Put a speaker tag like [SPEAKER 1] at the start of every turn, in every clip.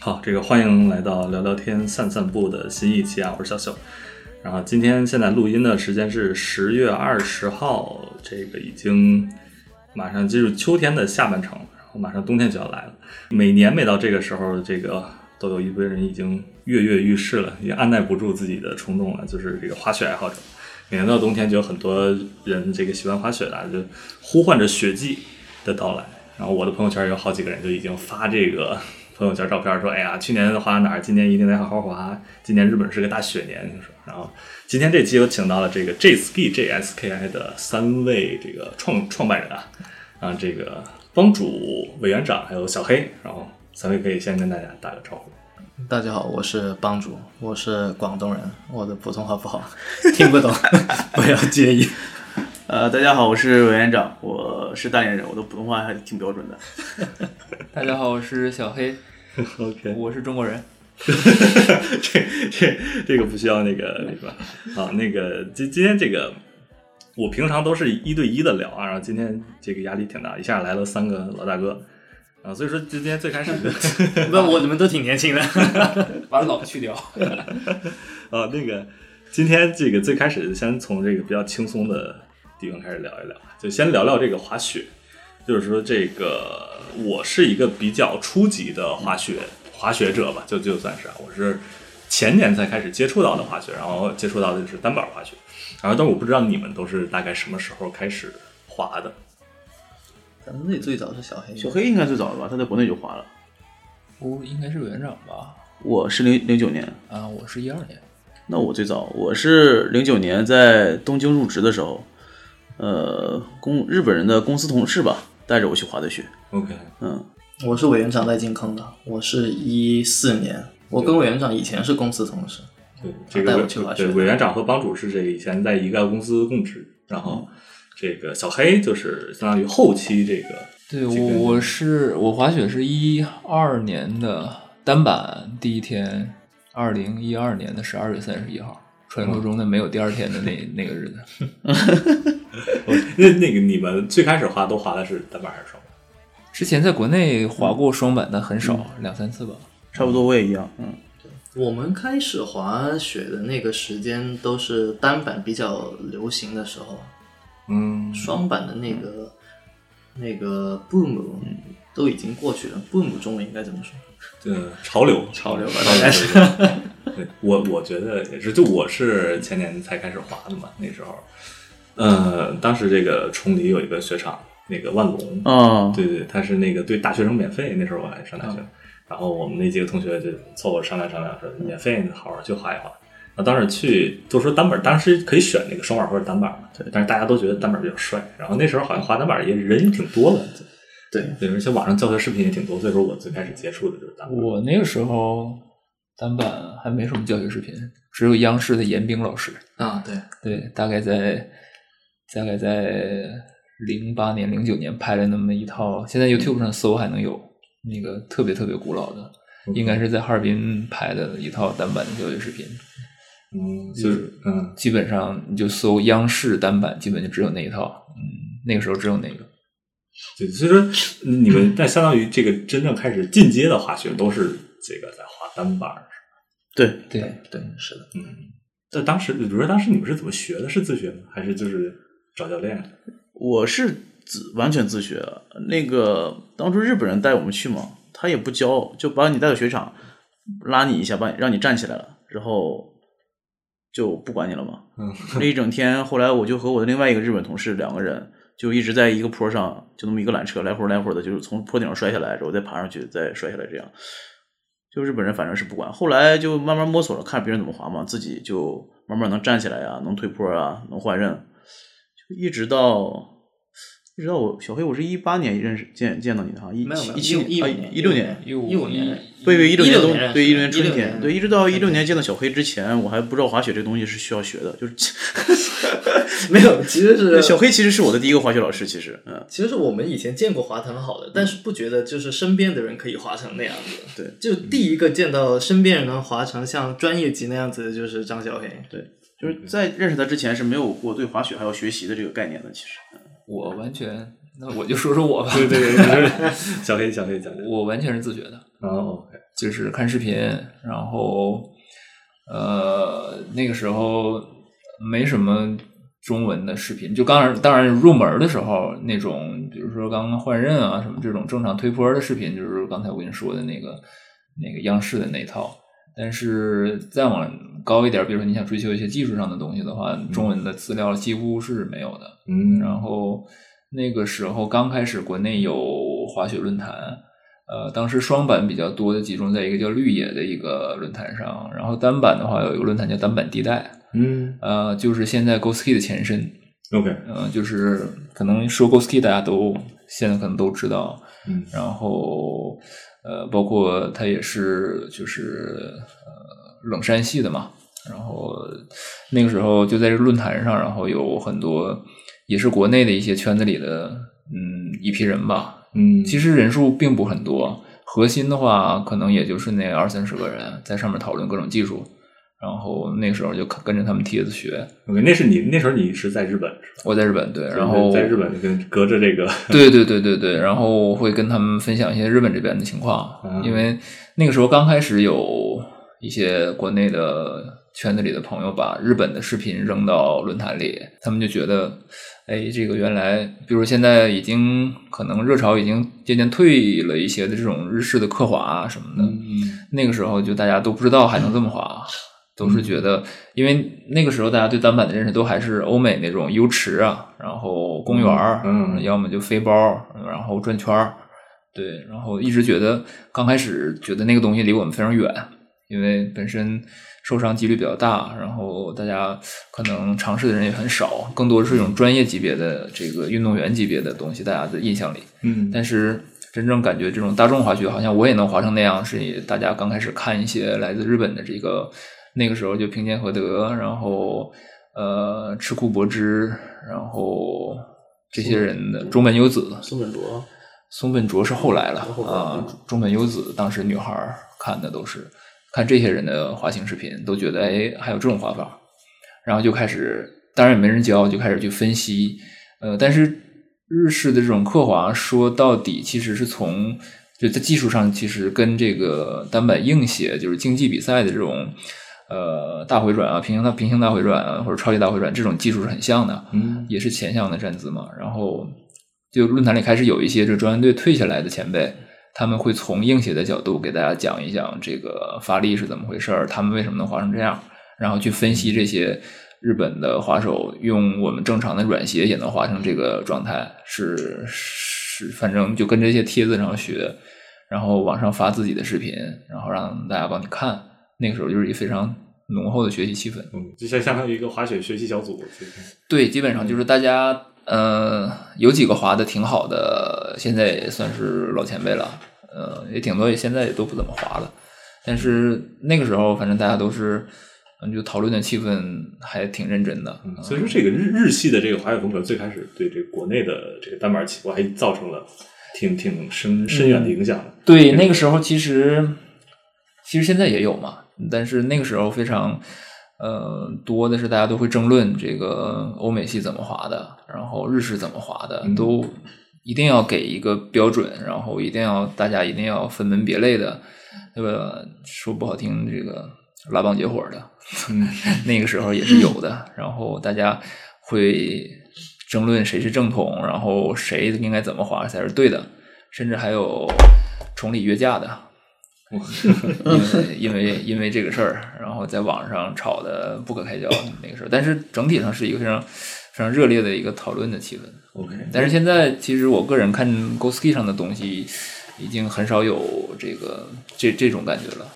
[SPEAKER 1] 好，这个欢迎来到聊聊天、散散步的新一期啊，我是小秀。然后今天现在录音的时间是十月二十号，这个已经马上进入秋天的下半程，然后马上冬天就要来了。每年每到这个时候，这个都有一堆人已经跃跃欲试了，也按耐不住自己的冲动了，就是这个滑雪爱好者。每年到冬天，就有很多人这个喜欢滑雪的啊，就呼唤着雪季的到来。然后我的朋友圈有好几个人就已经发这个 朋友圈照片说：“哎呀，去年滑哪儿，今年一定得好好滑。今年日本是个大雪年。”就是，然后今天这期我请到了这个 J Ski J S K I 的三位这个创创办人啊，啊，这个帮主、委员长还有小黑，然后三位可以先跟大家打个招呼。
[SPEAKER 2] 大家好，我是帮主，我是广东人，我的普通话不好， 听不懂，不要介意。
[SPEAKER 3] 呃，大家好，我是委员长，我是大连人，我的普通话还挺标准的。
[SPEAKER 4] 大家好，我是小黑，
[SPEAKER 1] OK，
[SPEAKER 4] 我是中 国人。
[SPEAKER 1] 这这这个不需要那个那个啊，那个今今天这个我平常都是一对一的聊啊，然后今天这个压力挺大，一下来了三个老大哥啊，所以说今天最开始的
[SPEAKER 2] 问我你们都挺年轻的，
[SPEAKER 4] 把老去掉。
[SPEAKER 1] 啊那个今天这个最开始先从这个比较轻松的地方开始聊一聊，啊就先聊聊这个滑雪，就是说这个我是一个比较初级的滑雪滑雪者吧，就就算是啊，我是前年才开始接触到的滑雪，然后接触到的就是单板滑雪，然后但是我不知道你们都是大概什么时候开始滑的，
[SPEAKER 2] 咱们那最早是小黑，
[SPEAKER 3] 小黑应该最早的吧，他在国内就滑了。
[SPEAKER 4] 我应该是委员长吧？
[SPEAKER 3] 我是零零九年，
[SPEAKER 4] 啊，我是一二年。
[SPEAKER 3] 那我最早我是零九年在东京入职的时候，呃，公日本人的公司同事吧，带着我去滑的雪。
[SPEAKER 1] OK，
[SPEAKER 3] 嗯，
[SPEAKER 2] 我是委员长带进坑的，我是一四年，我跟委员长以前是公司同事，
[SPEAKER 1] 对，嗯这
[SPEAKER 2] 啊带
[SPEAKER 1] 个
[SPEAKER 2] 我
[SPEAKER 1] 委
[SPEAKER 2] 去滑
[SPEAKER 1] 对
[SPEAKER 2] 雪
[SPEAKER 1] 委员长和帮主是这个以前在一个公司供职，然后
[SPEAKER 2] 嗯
[SPEAKER 1] 这个小黑就是相当于后期这个
[SPEAKER 4] 对，
[SPEAKER 1] 这
[SPEAKER 4] 我
[SPEAKER 1] 个
[SPEAKER 4] 我是我滑雪是一二年的单板第一天，二零一二年的十二月三十一号，传说中的没有第二天的 那那个日子，
[SPEAKER 1] 那那个你们最开始滑都滑的是单板还是双板？
[SPEAKER 4] 之前在国内滑过双板的很少，两三次吧。
[SPEAKER 3] 差不多我也一样。嗯，
[SPEAKER 2] 我们开始滑雪的那个时间都是单板比较流行的时候，
[SPEAKER 1] 嗯
[SPEAKER 2] 双板的那
[SPEAKER 3] 嗯
[SPEAKER 2] 个、那个 boom 都已经过去了，boom 中文应该怎么说？
[SPEAKER 1] 呃，潮流，
[SPEAKER 2] 潮流吧
[SPEAKER 1] 潮
[SPEAKER 2] 大概
[SPEAKER 1] 流。对对我我觉得也是，就我是前年才开始滑的嘛，那时候，呃，当时这个崇礼有一个雪场，那个万隆，
[SPEAKER 2] 嗯
[SPEAKER 3] 啊，
[SPEAKER 1] 对对，他是那个对大学生免费，那时候我还上大
[SPEAKER 2] 嗯
[SPEAKER 1] 学，然后我们那几个同学就凑合商量商量，说免费好好去滑一滑。那当时去都说单板，当时可以选那个双板或者单板嘛，但是大家都觉得单板比较帅。然后那时候好像滑单板也人也挺多的，
[SPEAKER 2] 对，
[SPEAKER 1] 对，而且网上教学视频也挺多，所以说我最开始接触的就是单板。
[SPEAKER 4] 我那个时候单板还没什么教学视频，只有央视的严冰老师。
[SPEAKER 2] 啊，对，
[SPEAKER 4] 对，大概在大概在零八年、零九年拍了那么一套，现在 YouTube 上搜还能有那个特别特别古老的，应该是在哈尔滨拍的一套单板的教学视频。
[SPEAKER 1] 嗯，就是嗯，
[SPEAKER 4] 基本上你就搜央视单板，基本就只有那一套。嗯，那个时候只有那个。
[SPEAKER 1] 对，所以说你 们但相当于这个真正开始进阶的滑雪都是这个在滑单板。
[SPEAKER 3] 对，
[SPEAKER 4] 对，
[SPEAKER 2] 对，是的，
[SPEAKER 1] 嗯，但当时，比如说当时你们是怎么学的？是自学吗？还是就是找教练？啊
[SPEAKER 3] 我是自完全自学。那个当初日本人带我们去嘛，他也不教，就把你带到雪场，拉你一下，把你让你站起来了，然后就不管你了嘛。
[SPEAKER 1] 嗯，
[SPEAKER 3] 那一整天，后来我就和我的另外一个日本同事两个人，就一直在一个坡上，就那么一个缆车来回来回的，就是从坡顶上摔下来，然后再爬上去，再摔下来，这样。就日本人反正是不管，后来就慢慢摸索了，看别人怎么滑嘛，自己就慢慢能站起来呀、能退坡啊，能换刃，就一直到一直到我小黑，我是一八年认识见见到你的哈，一
[SPEAKER 2] 没有没有
[SPEAKER 3] 一七
[SPEAKER 2] 一
[SPEAKER 3] 啊
[SPEAKER 2] 年
[SPEAKER 3] 一六年，
[SPEAKER 4] 一
[SPEAKER 2] 一五年，
[SPEAKER 3] 对对，一六
[SPEAKER 2] 16
[SPEAKER 3] 冬
[SPEAKER 2] 年认识
[SPEAKER 3] 对一六年春
[SPEAKER 2] 16
[SPEAKER 3] 天，
[SPEAKER 2] 年
[SPEAKER 3] 对，一直到一六年见到小黑之前，我还不知道滑雪这东西是需要学的，就是
[SPEAKER 2] 没有，其实是
[SPEAKER 3] 小黑其实是我的第一个滑雪老师，其实，嗯，
[SPEAKER 2] 其实我们以前见过滑藤好的，但是不觉得就是身边的人可以滑成那样子。
[SPEAKER 3] 对，
[SPEAKER 2] 就第一个见到身边人能滑成像专业级那样子的就是张小黑。
[SPEAKER 3] 就是在认识他之前是没有过对滑雪还要学习的这个概念的，其实，
[SPEAKER 4] 我完全那我就说说我吧，
[SPEAKER 1] 对对对， 小黑小黑讲讲。
[SPEAKER 4] 我完全是自学的，
[SPEAKER 1] 哦，OK，
[SPEAKER 4] 就是看视频，然后呃那个时候没什么中文的视频，就当然当然入门的时候那种，比如说刚刚换刃啊什么这种正常推坡的视频，就是刚才我跟你说的那个那个央视的那一套。但是再往高一点，比如说你想追求一些技术上的东西的话，中文的资料几乎是没有的。
[SPEAKER 1] 嗯，
[SPEAKER 4] 然后那个时候刚开始国内有滑雪论坛，呃，当时双板比较多的集中在一个叫绿野的一个论坛上，然后单板的话有一个论坛叫单板地带，
[SPEAKER 1] 嗯
[SPEAKER 4] 呃，就是现在 Go Ski 的前身，
[SPEAKER 1] ，OK，
[SPEAKER 4] 呃，就是可能说 Go Ski 大家都现在可能都知道，
[SPEAKER 1] 嗯
[SPEAKER 4] 然后呃，包括它也是就是呃冷杉系的嘛，然后那个时候就在这个论坛上，然后有很多也是国内的一些圈子里的嗯一批人吧，
[SPEAKER 1] 嗯，
[SPEAKER 4] 其实人数并不很多，核心的话可能也就是那二三十个人在上面讨论各种技术，然后那时候就跟着他们帖子学，
[SPEAKER 1] OK，那是你那时候你是在日本是吧？
[SPEAKER 4] 我在日本对，然后
[SPEAKER 1] 在日本就跟隔着这个，
[SPEAKER 4] 对对对对对，然后会跟他们分享一些日本这边的情况，
[SPEAKER 1] 嗯
[SPEAKER 4] 因为那个时候刚开始有一些国内的圈子里的朋友把日本的视频扔到论坛里，他们就觉得，哎，这个原来，比如现在已经可能热潮已经渐渐退了一些的这种日式的刻滑啊什么的，
[SPEAKER 1] 嗯
[SPEAKER 4] 那个时候就大家都不知道还能这么滑，啊都
[SPEAKER 1] 嗯
[SPEAKER 4] 是觉得，因为那个时候大家对单板的认识都还是欧美那种 U 池啊，然后公园儿，呃
[SPEAKER 1] 嗯嗯
[SPEAKER 4] 要么就飞包儿，然后转圈儿，对，然后一直觉得刚开始觉得那个东西离我们非常远，因为本身受伤几率比较大，然后大家可能尝试的人也很少，更多是一种专业级别的这个运动员级别的东西，大家的印象里。
[SPEAKER 1] 嗯
[SPEAKER 4] 但是真正感觉这种大众滑雪，好像我也能滑成那样，是以大家刚开始看一些来自日本的这个，那个时候就平见和德，然后呃赤库博之，然后这些人的中本优子、
[SPEAKER 3] 松本卓，
[SPEAKER 4] 松本卓是后来了
[SPEAKER 3] 后来
[SPEAKER 4] 啊，中本优子当时女孩儿看的都是看这些人的滑行视频，都觉得哎还有这种滑法，然后就开始，当然也没人教，就开始去分析，呃，但是日式的这种刻滑，说到底其实是从就在技术上，其实跟这个单板硬鞋，就是竞技比赛的这种呃大回转啊、平行大平行大回转啊，或者超级大回转这种技术是很像的，
[SPEAKER 1] 嗯
[SPEAKER 4] 也是前向的站姿嘛。然后就论坛里开始有一些这专业队退下来的前辈，他们会从硬鞋的角度给大家讲一讲这个发力是怎么回事儿，他们为什么能滑成这样，然后去分析这些日本的滑手用我们正常的软鞋也能滑成这个状态，是是，反正就跟这些帖子上学，然后网上发自己的视频，然后让大家帮你看，那个时候就是一非常浓厚的学习气氛。
[SPEAKER 1] 嗯，就像相当于一个滑雪学习小组，其实
[SPEAKER 4] 对，基本上就是大家，呃，有几个滑的挺好的，现在也算是老前辈了，呃，也挺多，现在也都不怎么滑了。但是那个时候，反正大家都是，嗯，就讨论的气氛还挺认真的。
[SPEAKER 1] 嗯所以说这个日日系的这个滑雪风格，最开始对这个国内的这个单板起步还造成了挺挺深深远的影响的。
[SPEAKER 4] 对，那个时候其实，其实现在也有嘛，但是那个时候非常，呃，多的是大家都会争论这个欧美系怎么滑的，然后日式怎么滑的，
[SPEAKER 1] 嗯
[SPEAKER 4] 都一定要给一个标准，然后一定要大家一定要分门别类的，对吧？说不好听，这个拉帮结伙的，
[SPEAKER 1] 嗯
[SPEAKER 4] 那个时候也是有的。然后大家会争论谁是正统，然后谁应该怎么滑才是对的，甚至还有崇礼约架的。 因为因为因为这个事儿，然后在网上吵得不可开交那个事儿，但是整体上是一个非常非常热烈的一个讨论的气氛。
[SPEAKER 3] 嗯
[SPEAKER 1] OK，
[SPEAKER 4] 但是现在其实我个人看 GoSki 上的东西，已经很少有这个这这种感觉了。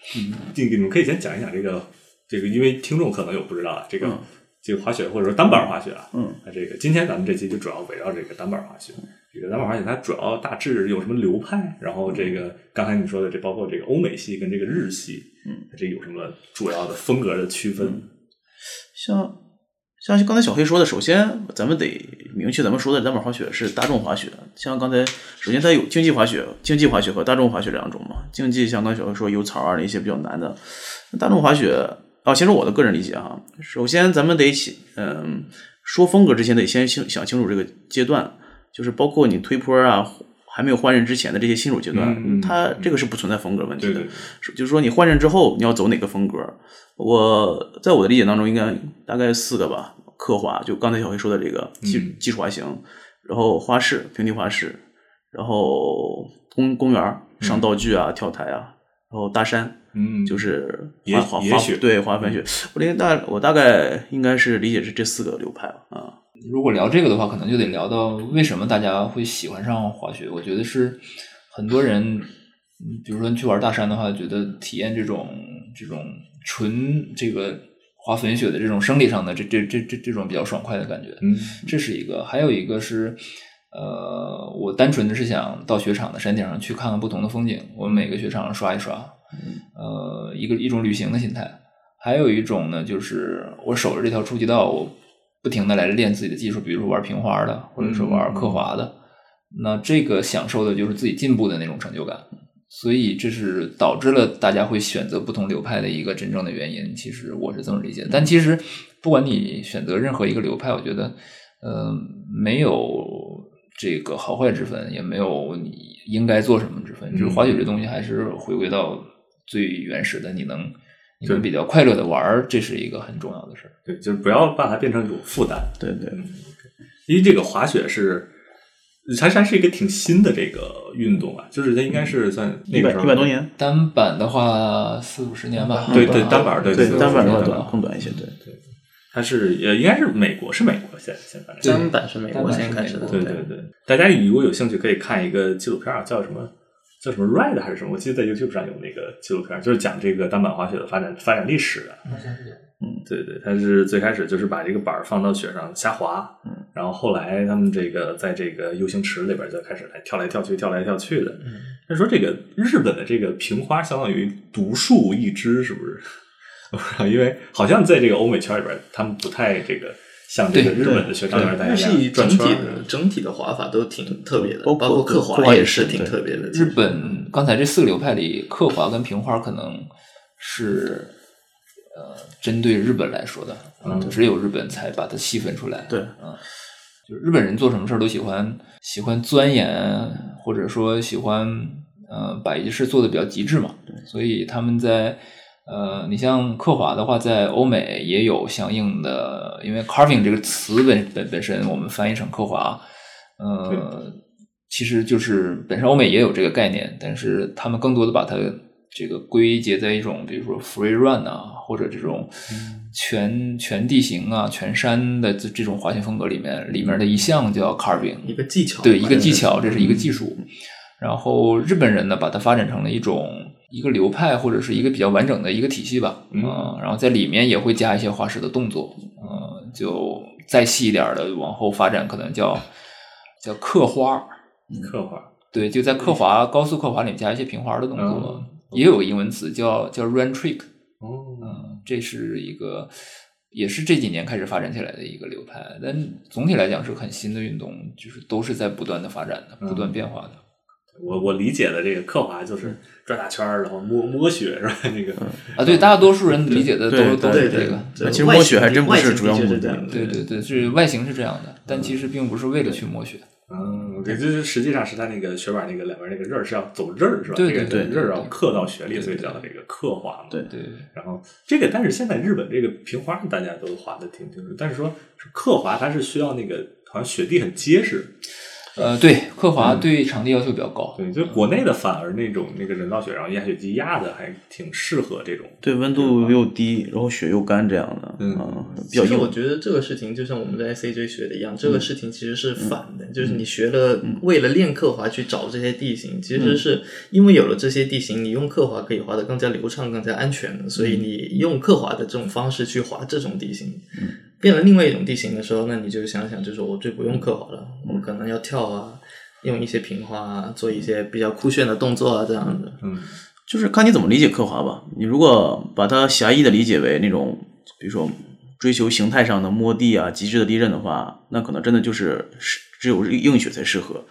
[SPEAKER 1] 这个你们可以先讲一讲这个这个，因为听众可能有不知道啊，这个、
[SPEAKER 3] 嗯
[SPEAKER 1] 这个滑雪或者说单板滑雪啊，
[SPEAKER 3] 嗯，
[SPEAKER 1] 那这个今天咱们这期就主要围绕这个单板滑雪。这个单板滑雪它主要大致有什么流派？然后这个刚才你说的这包括这个欧美系跟这个日系，
[SPEAKER 3] 嗯，
[SPEAKER 1] 这有什么主要的风格的区分？
[SPEAKER 3] 像像刚才小黑说的，首先咱们得明确，咱们说的单板滑雪是大众滑雪。像刚才，首先它有竞技滑雪、竞技滑雪和大众滑雪两种嘛。竞技像刚才小黑说有草啊那些比较难的，那大众滑雪啊，先说我的个人理解哈。首先咱们得起，嗯，说风格之前得先清想清楚这个阶段。就是包括你推坡啊，还没有换刃之前的这些新手阶段，
[SPEAKER 1] 嗯嗯
[SPEAKER 3] 它
[SPEAKER 1] 嗯
[SPEAKER 3] 这个是不存在风格问题
[SPEAKER 1] 对
[SPEAKER 3] 的。
[SPEAKER 1] 对，对
[SPEAKER 3] 是就是说你换刃之后你要走哪个风格？我在我的理解当中，应该大概四个吧：刻滑，就刚才小黑说的这个基
[SPEAKER 1] 嗯
[SPEAKER 3] 基础滑行，然后花式、平地花式，然后公公园儿上道具啊、跳台啊，然后大山，
[SPEAKER 1] 嗯，
[SPEAKER 3] 就是
[SPEAKER 1] 野
[SPEAKER 3] 滑滑
[SPEAKER 1] 野
[SPEAKER 3] 滑
[SPEAKER 1] 雪
[SPEAKER 3] 对滑粉雪。
[SPEAKER 1] 嗯
[SPEAKER 3] 我这大我大概应该是理解是这四个流派吧啊。
[SPEAKER 4] 如果聊这个的话，可能就得聊到为什么大家会喜欢上滑雪。我觉得是很多人，嗯比如说去玩大山的话，觉得体验这种这种纯这个滑粉雪的这种生理上的这这这这这种比较爽快的感觉，
[SPEAKER 1] 嗯
[SPEAKER 4] 这是一个。还有一个是，呃，我单纯的是想到雪场的山顶上去看看不同的风景，我每个雪场上刷一刷，呃，一个一种旅行的心态。还有一种呢，就是我守着这条初级道，我不停的来练自己的技术，比如说玩平花的，或者说玩刻滑的。那这个享受的就是自己进步的那种成就感，所以这是导致了大家会选择不同流派的一个真正的原因。其实我是这么理解的，但其实不管你选择任何一个流派，我觉得，呃，没有这个好坏之分，也没有你应该做什么之分。
[SPEAKER 1] 嗯
[SPEAKER 4] 就是滑雪这东西还是回归到最原始的，你能你能
[SPEAKER 1] 对
[SPEAKER 4] 比较快乐的玩儿，这是一个很重要的事儿。
[SPEAKER 1] 对，就是不要把它变成一种负担，
[SPEAKER 3] 对对，
[SPEAKER 1] 嗯因为这个滑雪是。它还是一个挺新的这个运动啊，就是它应该是算那
[SPEAKER 3] 嗯一
[SPEAKER 1] 个
[SPEAKER 3] 百
[SPEAKER 1] 时候
[SPEAKER 3] 一百多年，
[SPEAKER 4] 单板的话，四五十年吧。
[SPEAKER 1] 对对单板儿对
[SPEAKER 3] 对
[SPEAKER 1] 对
[SPEAKER 3] 单板的
[SPEAKER 1] 对
[SPEAKER 3] 话
[SPEAKER 1] 对
[SPEAKER 3] 短更短一些，对。
[SPEAKER 1] 它是也应该是美国，是美国现现在
[SPEAKER 4] 对
[SPEAKER 2] 单板是美国先开始的，
[SPEAKER 1] 对对对，大家如果有兴趣可以看一个纪录片儿，啊叫什么叫什么 Ride 还是什么？我记得在 YouTube 上有那个纪录片儿，就是讲这个单板滑雪的发展发展历史啊的。嗯，对对，它是最开始就是把这个板儿放到雪上瞎滑，
[SPEAKER 3] 嗯，
[SPEAKER 1] 然后后来他们这个在这个 U 型池里边儿就开始来跳来跳去，跳来跳去的。
[SPEAKER 2] 嗯，
[SPEAKER 1] 他说这个日本的这个平花相当于独树一帜，是不是？ 我不知道，因为好像在这个欧美圈里边儿，他们不太这个像这个日
[SPEAKER 4] 对
[SPEAKER 1] 本的雪场里边儿大
[SPEAKER 2] 但
[SPEAKER 1] 家
[SPEAKER 2] 是以
[SPEAKER 1] 转
[SPEAKER 2] 整
[SPEAKER 1] 圈
[SPEAKER 2] 体
[SPEAKER 1] 儿。
[SPEAKER 2] 的整体的滑法都挺特别的，
[SPEAKER 3] 包
[SPEAKER 2] 包
[SPEAKER 3] 括
[SPEAKER 2] 括刻
[SPEAKER 3] 刻
[SPEAKER 2] 滑
[SPEAKER 3] 滑
[SPEAKER 2] 也
[SPEAKER 3] 也是
[SPEAKER 2] 是挺
[SPEAKER 3] 对
[SPEAKER 2] 特别的。
[SPEAKER 4] 日本刚才这四个流派里，刻滑跟平花可能是呃针对日本来说的，
[SPEAKER 1] 嗯
[SPEAKER 4] 只有日本才把它细分出来。
[SPEAKER 3] 对
[SPEAKER 4] 嗯，就是日本人做什么事儿都喜欢喜欢钻研，或者说喜欢呃把一件事做的比较极致嘛。所以他们在呃，你像刻滑的话，在欧美也有相应的，因为 carving 这个词本本本身，我们翻译成刻啊滑，呃，其实就是本身欧美也有这个概念，但是他们更多的把它这个归结在一种，比如说 free run 啊，或者这种全全地形啊、全山的这这种滑行风格里面，里面的一项叫 carving，
[SPEAKER 2] 一个技巧，
[SPEAKER 4] 对，嗯一个技，嗯巧，这是一个技术。然后日本人呢，把它发展成了一种一个流派或者是一个比较完整的一个体系吧，
[SPEAKER 1] 嗯
[SPEAKER 2] 啊
[SPEAKER 4] 呃然后在里面也会加一些花式的动作，嗯、就再细一点儿的往后发展，可能叫叫刻花儿，
[SPEAKER 1] 刻画，
[SPEAKER 4] 对，就在刻滑高速刻滑里面加一些平滑的动作
[SPEAKER 1] 嗯，
[SPEAKER 4] 也有英文词叫叫 run trick，
[SPEAKER 1] 哦，
[SPEAKER 4] 嗯，这是一个，也是这几年开始发展起来的一个流派，但总体来讲是很新的运动，就是都是在不断的发展的，不断变化的。
[SPEAKER 1] 我我理解的这个刻滑
[SPEAKER 2] 嗯
[SPEAKER 1] 就是转大圈儿，然后摸摸雪是吧？那个
[SPEAKER 4] 啊，对，大多数人理解的都
[SPEAKER 3] 对
[SPEAKER 4] 都
[SPEAKER 2] 对
[SPEAKER 4] 是
[SPEAKER 2] 对
[SPEAKER 4] 这个。
[SPEAKER 2] 对。
[SPEAKER 3] 其实
[SPEAKER 2] 外
[SPEAKER 3] 摸
[SPEAKER 2] 形
[SPEAKER 3] 雪还真不
[SPEAKER 2] 外
[SPEAKER 3] 是
[SPEAKER 2] 形
[SPEAKER 3] 主要
[SPEAKER 2] 的确
[SPEAKER 3] 目
[SPEAKER 2] 是
[SPEAKER 3] 的
[SPEAKER 2] 这样的
[SPEAKER 4] 对对对，是外形是这样的，但其实并不是为了去摸雪。
[SPEAKER 1] 嗯，对，就是实际上是它那个雪板那个两边那个刃儿是要走刃儿是吧？
[SPEAKER 4] 对对
[SPEAKER 1] 这个
[SPEAKER 4] 对
[SPEAKER 1] 刃儿
[SPEAKER 4] 对
[SPEAKER 1] 要
[SPEAKER 4] 对
[SPEAKER 1] 刻到雪里，
[SPEAKER 4] 对
[SPEAKER 1] 所以
[SPEAKER 4] 对
[SPEAKER 1] 叫这个刻滑嘛。
[SPEAKER 3] 对
[SPEAKER 4] 对，
[SPEAKER 1] 然后这个，但是现在日本这个平滑大家都滑的挺清楚，但是说是刻滑，它是需要那个好像雪地很结实，
[SPEAKER 4] 呃，对，刻滑对场地要求比较高。
[SPEAKER 1] 对，就国内的反而那种那个人造雪，然后压雪机压的还挺适合这种，
[SPEAKER 3] 对，温度又低，然后雪又干这样的，
[SPEAKER 1] 嗯
[SPEAKER 3] 啊，比较
[SPEAKER 2] 其实
[SPEAKER 3] 硬。嗯
[SPEAKER 2] 我觉得这个事情就像我们在 CJ 学的一样，这个事情其实是反的，就是你学了为了练刻滑去找这些地形，其
[SPEAKER 3] 嗯
[SPEAKER 2] 实是因为有了这些地形，你用刻滑可以滑得更加流畅、更加安全，
[SPEAKER 3] 嗯
[SPEAKER 2] 所以你用刻滑的这种方式去滑这种地形。
[SPEAKER 3] 嗯
[SPEAKER 2] 变了另外一种地形的时候，那你就想想，就是我就不用刻滑了，
[SPEAKER 3] 嗯
[SPEAKER 2] 我可能要跳啊，用一些平滑啊，做一些比较酷炫的动作啊，这样的。
[SPEAKER 1] 嗯，
[SPEAKER 3] 就是看你怎么理解刻滑吧。你如果把它狭义的理解为那种，比如说追求形态上的摸地啊、极致的地刃的话，那可能真的就是是只有硬雪才适合。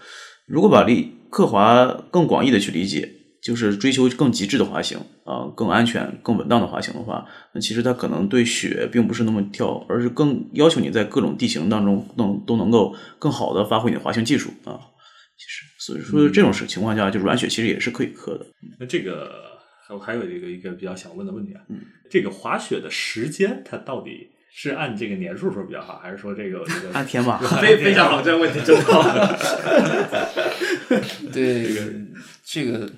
[SPEAKER 3] 如果把力刻滑更广义的去理解，就是追求更极致的滑行啊、更安全、更稳当的滑行的话，那其实它可能对雪并不是那么跳，而是更要求你在各种地形当中能都能够更好的发挥你的滑行技术啊。其实，所以说这种是情况下，就软雪其实也是可以磕的。
[SPEAKER 1] 那这个我还有一个一个比较想问的问题啊，这个滑雪的时间它到底是按这个年数说比较好，还是说这个这个
[SPEAKER 3] 按天吧，
[SPEAKER 2] 非非常 好，这个问题真好。
[SPEAKER 4] 对这嗯个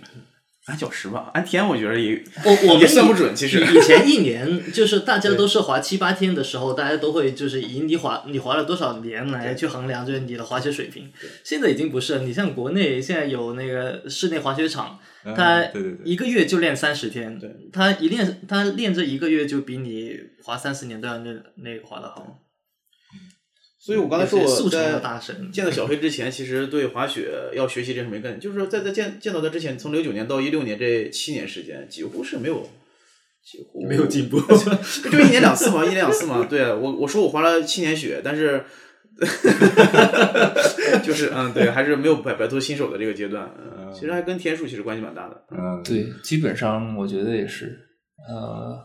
[SPEAKER 3] 按小时吧，按天我觉得也
[SPEAKER 2] 我我
[SPEAKER 3] 也
[SPEAKER 2] 们
[SPEAKER 3] 算
[SPEAKER 2] 以
[SPEAKER 3] 不准其实
[SPEAKER 2] 以以前一年就是大家都是滑七八天的时候，大家都会就是以你滑你滑了多少年来去衡量就是你的滑雪水平。现在已经不是，你像国内现在有那个室内滑雪场，
[SPEAKER 1] 嗯
[SPEAKER 2] 他
[SPEAKER 1] 对对对
[SPEAKER 2] 一个月就练三十天，他一练他练这一个月就比你滑三四年都要那那个滑的好。
[SPEAKER 3] 所以我刚才说
[SPEAKER 2] 有些
[SPEAKER 3] 我
[SPEAKER 2] 速成
[SPEAKER 3] 在
[SPEAKER 2] 的大神
[SPEAKER 3] 见到小黑之前，其实对滑雪要学习这是没概念，就是说在在见见到他之前，从零九年到一六年这七年时间，几乎是没有。几乎
[SPEAKER 2] 没有进步
[SPEAKER 3] 就一年两次嘛，一年两次嘛。对啊我我说我滑了七年雪，但是 就是嗯，对，还是没有摆摆脱新手的这个阶段。嗯，其实还跟天数其实关系蛮大的。
[SPEAKER 1] 嗯，
[SPEAKER 4] 对，基本上我觉得也是，呃，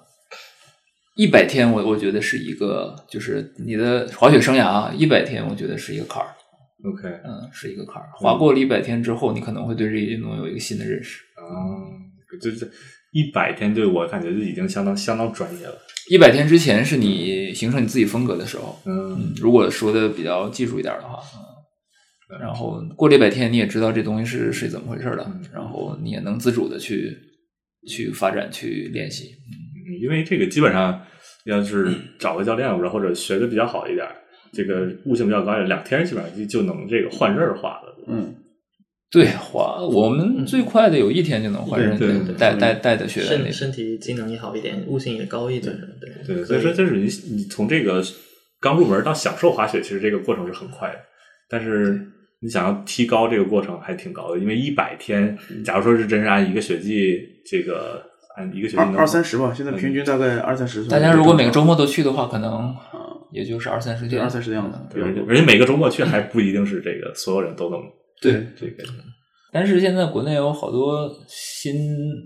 [SPEAKER 4] 一百天我我觉得是一个，就是你的滑雪生涯啊，一百天我觉得是一个坎儿，
[SPEAKER 1] ，OK 啊
[SPEAKER 4] 嗯，是一个坎儿。滑过了一百天之后，你可能会对这一运动有一个新的认识。
[SPEAKER 1] 啊，就是一百天，对我感觉就已经相当相当专业了。
[SPEAKER 4] 一百天之前是你形成你自己风格的时候，
[SPEAKER 1] 嗯
[SPEAKER 4] 嗯，如果说的比较技术一点儿的话，嗯然后过这百天你也知道这东西是是怎么回事儿了
[SPEAKER 1] 嗯，
[SPEAKER 4] 然后你也能自主的去去发展去练习，
[SPEAKER 1] 嗯因为这个基本上要是找个教练，然后或者学的比较好一点，这个悟性比较高一点，两天基本上就就能这个换刃儿化了。
[SPEAKER 3] 嗯，
[SPEAKER 4] 对，滑我们最快的有一天就能换人
[SPEAKER 1] 对对对，
[SPEAKER 4] 带带带的学员
[SPEAKER 2] 身
[SPEAKER 4] 那
[SPEAKER 2] 身体机能也好一点，悟性也高一点，对
[SPEAKER 1] 对，所以说就是你你从这个刚入门到享受滑雪，其实这个过程是很快的，但是你想要提高这个过程还挺高的，因为一百天，假如说是真是按一个雪季这个按一个雪季能
[SPEAKER 3] 二二三十吧，现在平均大概二三十。
[SPEAKER 4] 大家如果每个周末都去的话，可能也就是二三十
[SPEAKER 3] 对
[SPEAKER 4] 天。
[SPEAKER 3] 二三十的样子，
[SPEAKER 1] 对，而且而且每个周末去还不一定是这个所有人都能
[SPEAKER 4] 对，
[SPEAKER 1] 这个
[SPEAKER 4] 但是现在国内有好多新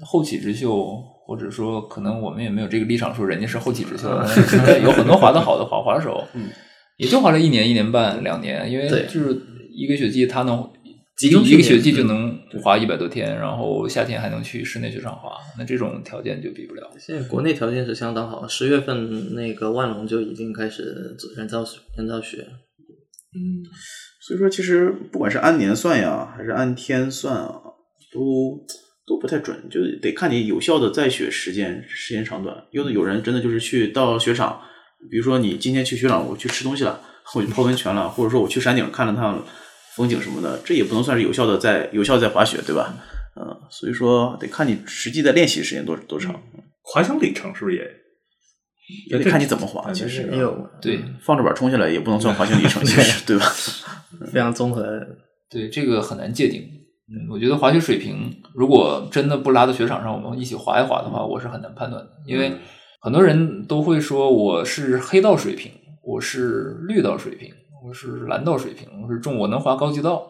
[SPEAKER 4] 后起之秀，或者说可能我们也没有这个立场说人家是后起之秀，但是现在有很多滑的好的滑滑手，
[SPEAKER 3] 嗯
[SPEAKER 4] 也就滑了一年、一年半、两年，因为
[SPEAKER 2] 对
[SPEAKER 4] 就是一个雪季他能。
[SPEAKER 2] 集中训
[SPEAKER 4] 一个
[SPEAKER 2] 练
[SPEAKER 4] 雪季就能滑一百多天，然后夏天还能去室内雪场滑，那这种条件就比不了。
[SPEAKER 2] 现在国内条件是相当好，十月份那个万隆就已经开始做人造水人造雪，
[SPEAKER 1] 嗯。
[SPEAKER 3] 所以说，其实不管是按年算呀，还是按天算啊，都都不太准，就得看你有效的在雪时间时间长短。有的有人真的就是去到雪场，比如说你今天去雪场，我去吃东西了，我去泡温泉了，或者说我去山顶看了趟风景什么的，这也不能算是有效的在有效地在滑雪，对吧？嗯，所以说得看你实际的练习时间多多长，
[SPEAKER 1] 滑翔里程是不是也
[SPEAKER 3] 也得看你怎么滑。
[SPEAKER 1] 对
[SPEAKER 3] 其实
[SPEAKER 1] 对
[SPEAKER 2] 也有
[SPEAKER 4] 对，
[SPEAKER 3] 放着板冲下来也不能算滑行里程，其实对吧？
[SPEAKER 2] 非常综合。
[SPEAKER 4] 对，这个很难界定。嗯，我觉得滑雪水平，如果真的不拉到雪场上，我们一起滑一滑的话，我是很难判断的。因
[SPEAKER 1] 嗯
[SPEAKER 4] 为很多人都会说我是黑道水平，我是绿道水平，我是蓝道水平，我是中我能滑高级道。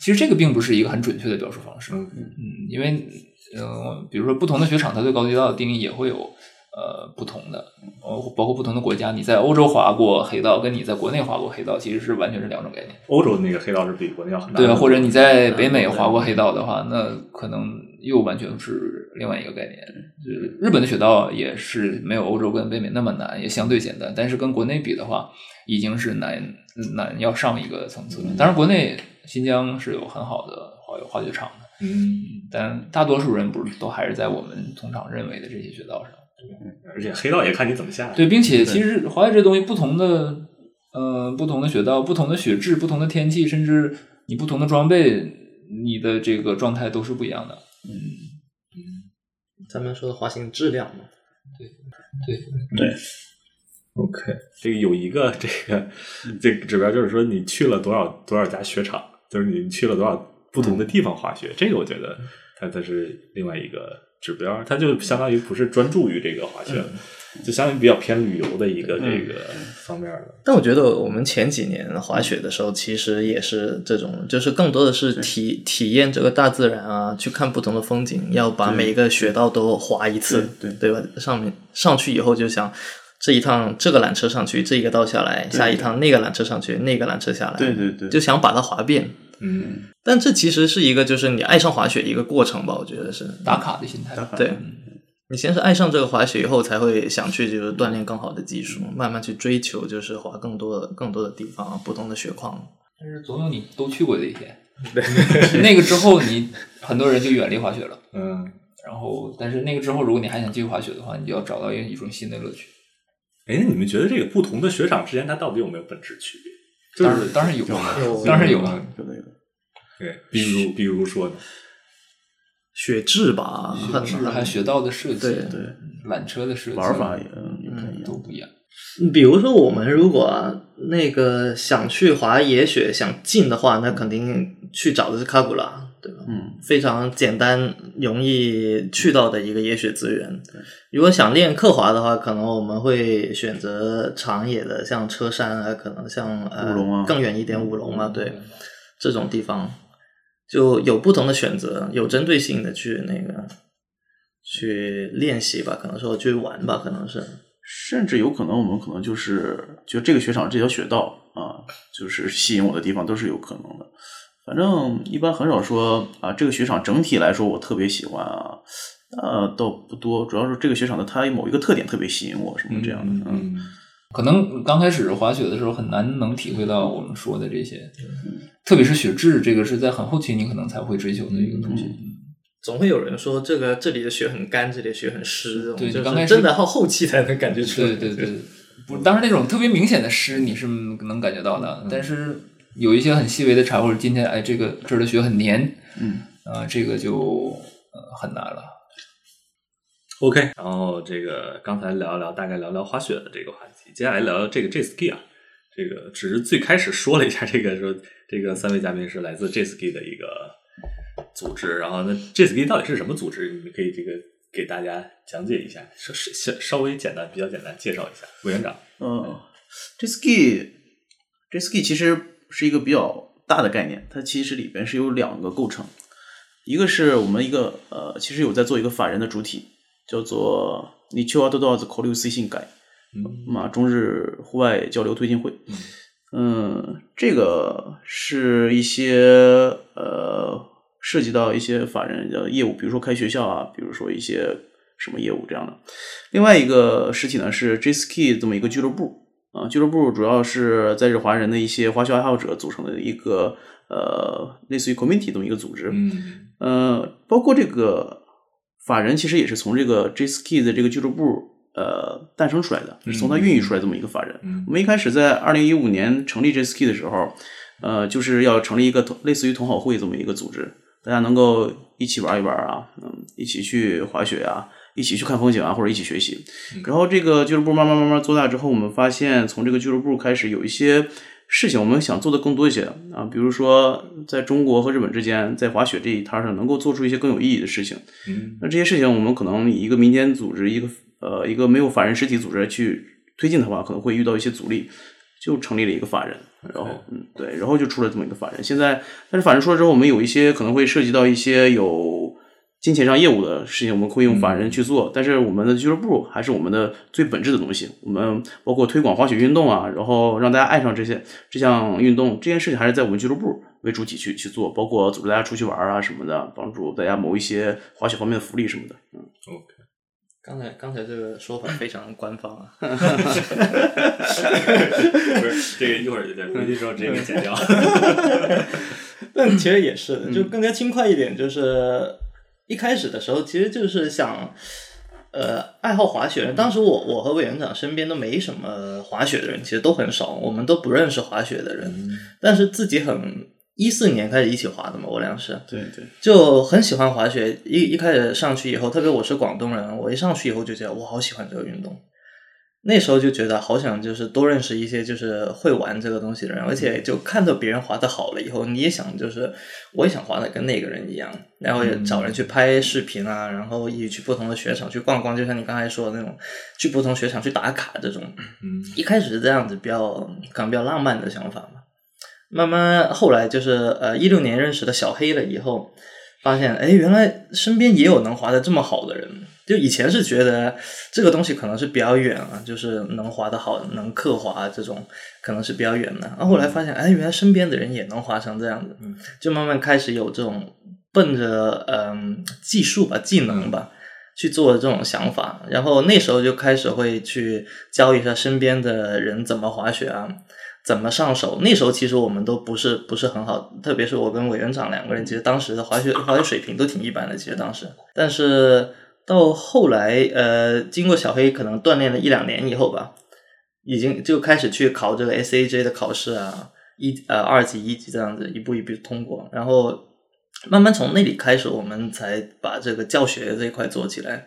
[SPEAKER 4] 其实这个并不是一个很准确的标准方式。
[SPEAKER 1] 嗯
[SPEAKER 4] 嗯，因为呃，比如说不同的雪场，它对高级道的定义也会有呃不同的，包括包括不同的国家。你在欧洲滑过黑道，跟你在国内滑过黑道，其实是完全是两种概念。
[SPEAKER 1] 欧洲的那个黑道是比国内要很大的，
[SPEAKER 4] 对啊，或者你在北美滑过黑道的话，那可能又完全是另外一个概念。就是日本的雪道也是没有欧洲跟北美那么难，也相对简单，但是跟国内比的话，已经是难嗯难要上一个层次了。当然，国内新疆是有很好的滑滑雪场的，
[SPEAKER 1] 嗯，
[SPEAKER 4] 但大多数人不是都还是在我们通常认为的这些雪道上。
[SPEAKER 1] 而且黑道也看你怎么下，
[SPEAKER 4] 对，并且其实滑雪这东西，不同的呃不同的雪道、不同的雪质、不同的天气，甚至你不同的装备，你的这个状态都是不一样的。
[SPEAKER 2] 咱们说的滑行质量嘛，
[SPEAKER 1] ，OK，这个有一个这个这个指标就是说你去了多少多少家雪场，就是你去了多少不同的地方滑雪，这个我觉得它它是另外一个指标，它就相当于不是专注于这个滑雪，就相当于比较偏旅游的一个这个方面的。
[SPEAKER 2] 但我觉得我们前几年滑雪的时候，其实也是这种，就是更多的是体体验这个大自然啊，去看不同的风景，要把每一个雪道都滑一次，
[SPEAKER 3] 对
[SPEAKER 2] 对吧？上面上去以后就想。这一趟这个缆车上去，这一个道下来，下一趟那个缆车上去，那个缆车下来，
[SPEAKER 3] 对对对，
[SPEAKER 2] 就想把它滑遍。
[SPEAKER 1] 嗯，
[SPEAKER 2] 但这其实是一个，就是你爱上滑雪一个过程吧，我觉得是。
[SPEAKER 4] 打卡的嗯心态。
[SPEAKER 2] 对，你先是爱上这个滑雪，以后才会想去就是锻炼更好的技术，慢慢去追求就是滑更多的更多的地方，啊不同的雪况。
[SPEAKER 4] 但是总有你都去过的一天。对，那个之后你很多人就远离滑雪了。
[SPEAKER 1] 嗯，
[SPEAKER 4] 然后，但是那个之后，如果你还想继续滑雪的话，你就要找到一一种新的乐趣。
[SPEAKER 1] 哎，那你们觉得这个不同的雪场之间，它到底有没有本质区别？就
[SPEAKER 4] 当然
[SPEAKER 1] 是，嗯
[SPEAKER 4] 当然有
[SPEAKER 2] 有
[SPEAKER 4] 了，当然有啊了。
[SPEAKER 3] 有的有的，
[SPEAKER 1] 对，比如比如说呢，
[SPEAKER 2] 雪质吧，
[SPEAKER 4] 雪
[SPEAKER 2] 很
[SPEAKER 4] 质还有雪道的设计，
[SPEAKER 2] 啊对
[SPEAKER 3] 对，
[SPEAKER 4] 缆车的设计，
[SPEAKER 3] 玩法也嗯也不太一
[SPEAKER 4] 都
[SPEAKER 3] 样，
[SPEAKER 4] 不一样。
[SPEAKER 2] 比如说，我们如果啊那个想去滑野雪，想进的话，那肯定去找的是卡古拉，对吧？
[SPEAKER 3] 嗯，
[SPEAKER 2] 非常简单、容易去到的一个野雪资源。如果想练刻滑的话，可能我们会选择长野的，像车山啊，可能像呃
[SPEAKER 3] 乌龙啊嗯
[SPEAKER 2] 更远一点武龙啊，对这种地方就有不同的选择，有针对性的去那个去练习吧，可能说去玩吧，可能是。
[SPEAKER 3] 甚至有可能我们可能就是就这个雪场这条雪道啊，就是吸引我的地方都是有可能的。反正一般很少说啊，这个雪场整体来说我特别喜欢啊，呃，倒不多，主要是这个雪场的它某一个特点特别吸引我，什么这样的，嗯
[SPEAKER 1] 嗯，
[SPEAKER 4] 可能刚开始滑雪的时候很难能体会到我们说的这些，特别是雪质，这个是在很后期你可能才会追求的一个东西。
[SPEAKER 2] 总会有人说这个这里的雪很干，这里的雪很湿，这种
[SPEAKER 4] 对
[SPEAKER 2] 就
[SPEAKER 4] 刚开
[SPEAKER 2] 是
[SPEAKER 4] 始
[SPEAKER 2] 真的靠后期才能感觉出来。
[SPEAKER 4] 对对对，不，当然那种特别明显的湿你是能感觉到的，但是有一些很细微的差，或者今天哎这个这儿的雪很黏，
[SPEAKER 3] 嗯，
[SPEAKER 4] 啊、这个就呃很难了。
[SPEAKER 1] OK，然后这个刚才聊一聊，大概聊聊滑雪的这个话题，接下来聊聊这个 Jet Ski 啊，这个只是最开始说了一下，这个说这个三位嘉宾是来自 Jet Ski 的一个组织，然后那 Jet Ski 到底是什么组织？你们可以这个给大家讲解一下，稍稍稍微简单，比较简单介绍一下。委员长，
[SPEAKER 3] 嗯，这 ski 这 ski 其实是一个比较大的概念，它其实里边是有两个构成，一个是我们一个呃，其实有在做一个法人的主体，叫做 n i c h o Outdoors 交流推进会，
[SPEAKER 1] 嗯
[SPEAKER 3] 嘛啊中日户外交流推进会。嗯，这个是一些呃涉及到一些法人的业务，比如说开学校啊，比如说一些什么业务这样的。另外一个实体呢是 J Ski 这么一个俱乐部啊，俱乐部主要是在日华人的一些滑雪爱好者组成的一个呃类似于 community 这么一个组织。
[SPEAKER 1] 嗯
[SPEAKER 3] 呃，包括这个法人其实也是从这个 J Ski 的这个俱乐部呃诞生出来的，是从它孕育出来这么一个法人。
[SPEAKER 1] 嗯
[SPEAKER 3] 我们一开始在二零一五年成立 J Ski 的时候，呃，就是要成立一个同类似于同好会这么一个组织，大家能够一起玩一玩啊，嗯，一起去滑雪啊，一起去看风景啊，或者一起学习。然后这个俱乐部慢慢慢慢做大之后，我们发现从这个俱乐部开始有一些事情我们想做的更多一些啊，比如说在中国和日本之间，在滑雪这一摊儿上能够做出一些更有意义的事情。
[SPEAKER 1] 嗯
[SPEAKER 3] 那这些事情我们可能以一个民间组织，一个呃一个没有法人实体组织去推进的话，可能会遇到一些阻力，就成立了一个法人，然后嗯对，然后就出了这么一个法人。现在但是法人出来之后，我们有一些可能会涉及到一些有金钱上业务的事情，我们会用法人去做，但是我们的俱乐部还是我们的最本质的东西。我们包括推广滑雪运动啊，然后让大家爱上这些这项运动，这件事情还是在我们俱乐部为主体去去做，包括组织大家出去玩啊什么的，帮助大家谋一些滑雪方面的福利什么的。
[SPEAKER 1] ，OK，
[SPEAKER 2] 刚才刚才这个说法非常官方啊，
[SPEAKER 1] 不是这个一会儿就得回去之后直接给剪掉。
[SPEAKER 2] 但其实也是的，就更加轻快一点。就是一开始的时候，其实就是想，呃，爱好滑雪。当时我我和委员长身边都没什么滑雪的人，其实都很少，我们都不认识滑雪的人。但是自己很一四年开始一起滑的嘛，我俩是
[SPEAKER 3] 对对，
[SPEAKER 2] 就很喜欢滑雪。一一开始上去以后，特别我是广东人，我一上去以后就觉得我好喜欢这个运动。那时候就觉得好想就是多认识一些就是会玩这个东西的人，而且就看到别人滑的好了以后，你也想就是我也想滑的跟那个人一样，然后也找人去拍视频啊，然后一起去不同的雪场去逛逛，就像你刚才说的那种，去不同雪场去打卡这种。
[SPEAKER 1] 嗯，
[SPEAKER 2] 一开始是这样子，比较可能比较浪漫的想法嘛。慢慢后来就是呃，一六年认识的小黑了以后，发现哎，原来身边也有能滑的这么好的人。就以前是觉得这个东西可能是比较远啊，就是能滑的好、能刻滑、啊这种可能是比较远的。然后后来发现，哎，原来身边的人也能滑成这样子，就慢慢开始有这种奔着嗯技术吧、技能吧。去做这种想法，然后那时候就开始会去教一下身边的人怎么滑雪啊，怎么上手。那时候其实我们都不是不是很好，特别是我跟委员长两个人，其实当时的滑雪滑雪水平都挺一般的，其实当时。但是到后来，呃，经过小黑可能锻炼了一两年以后吧，已经就开始去考这个 SAJ 的考试啊，一呃二级、一级这样子一步一步通过，然后慢慢从那里开始，我们才把这个教学这一块做起来，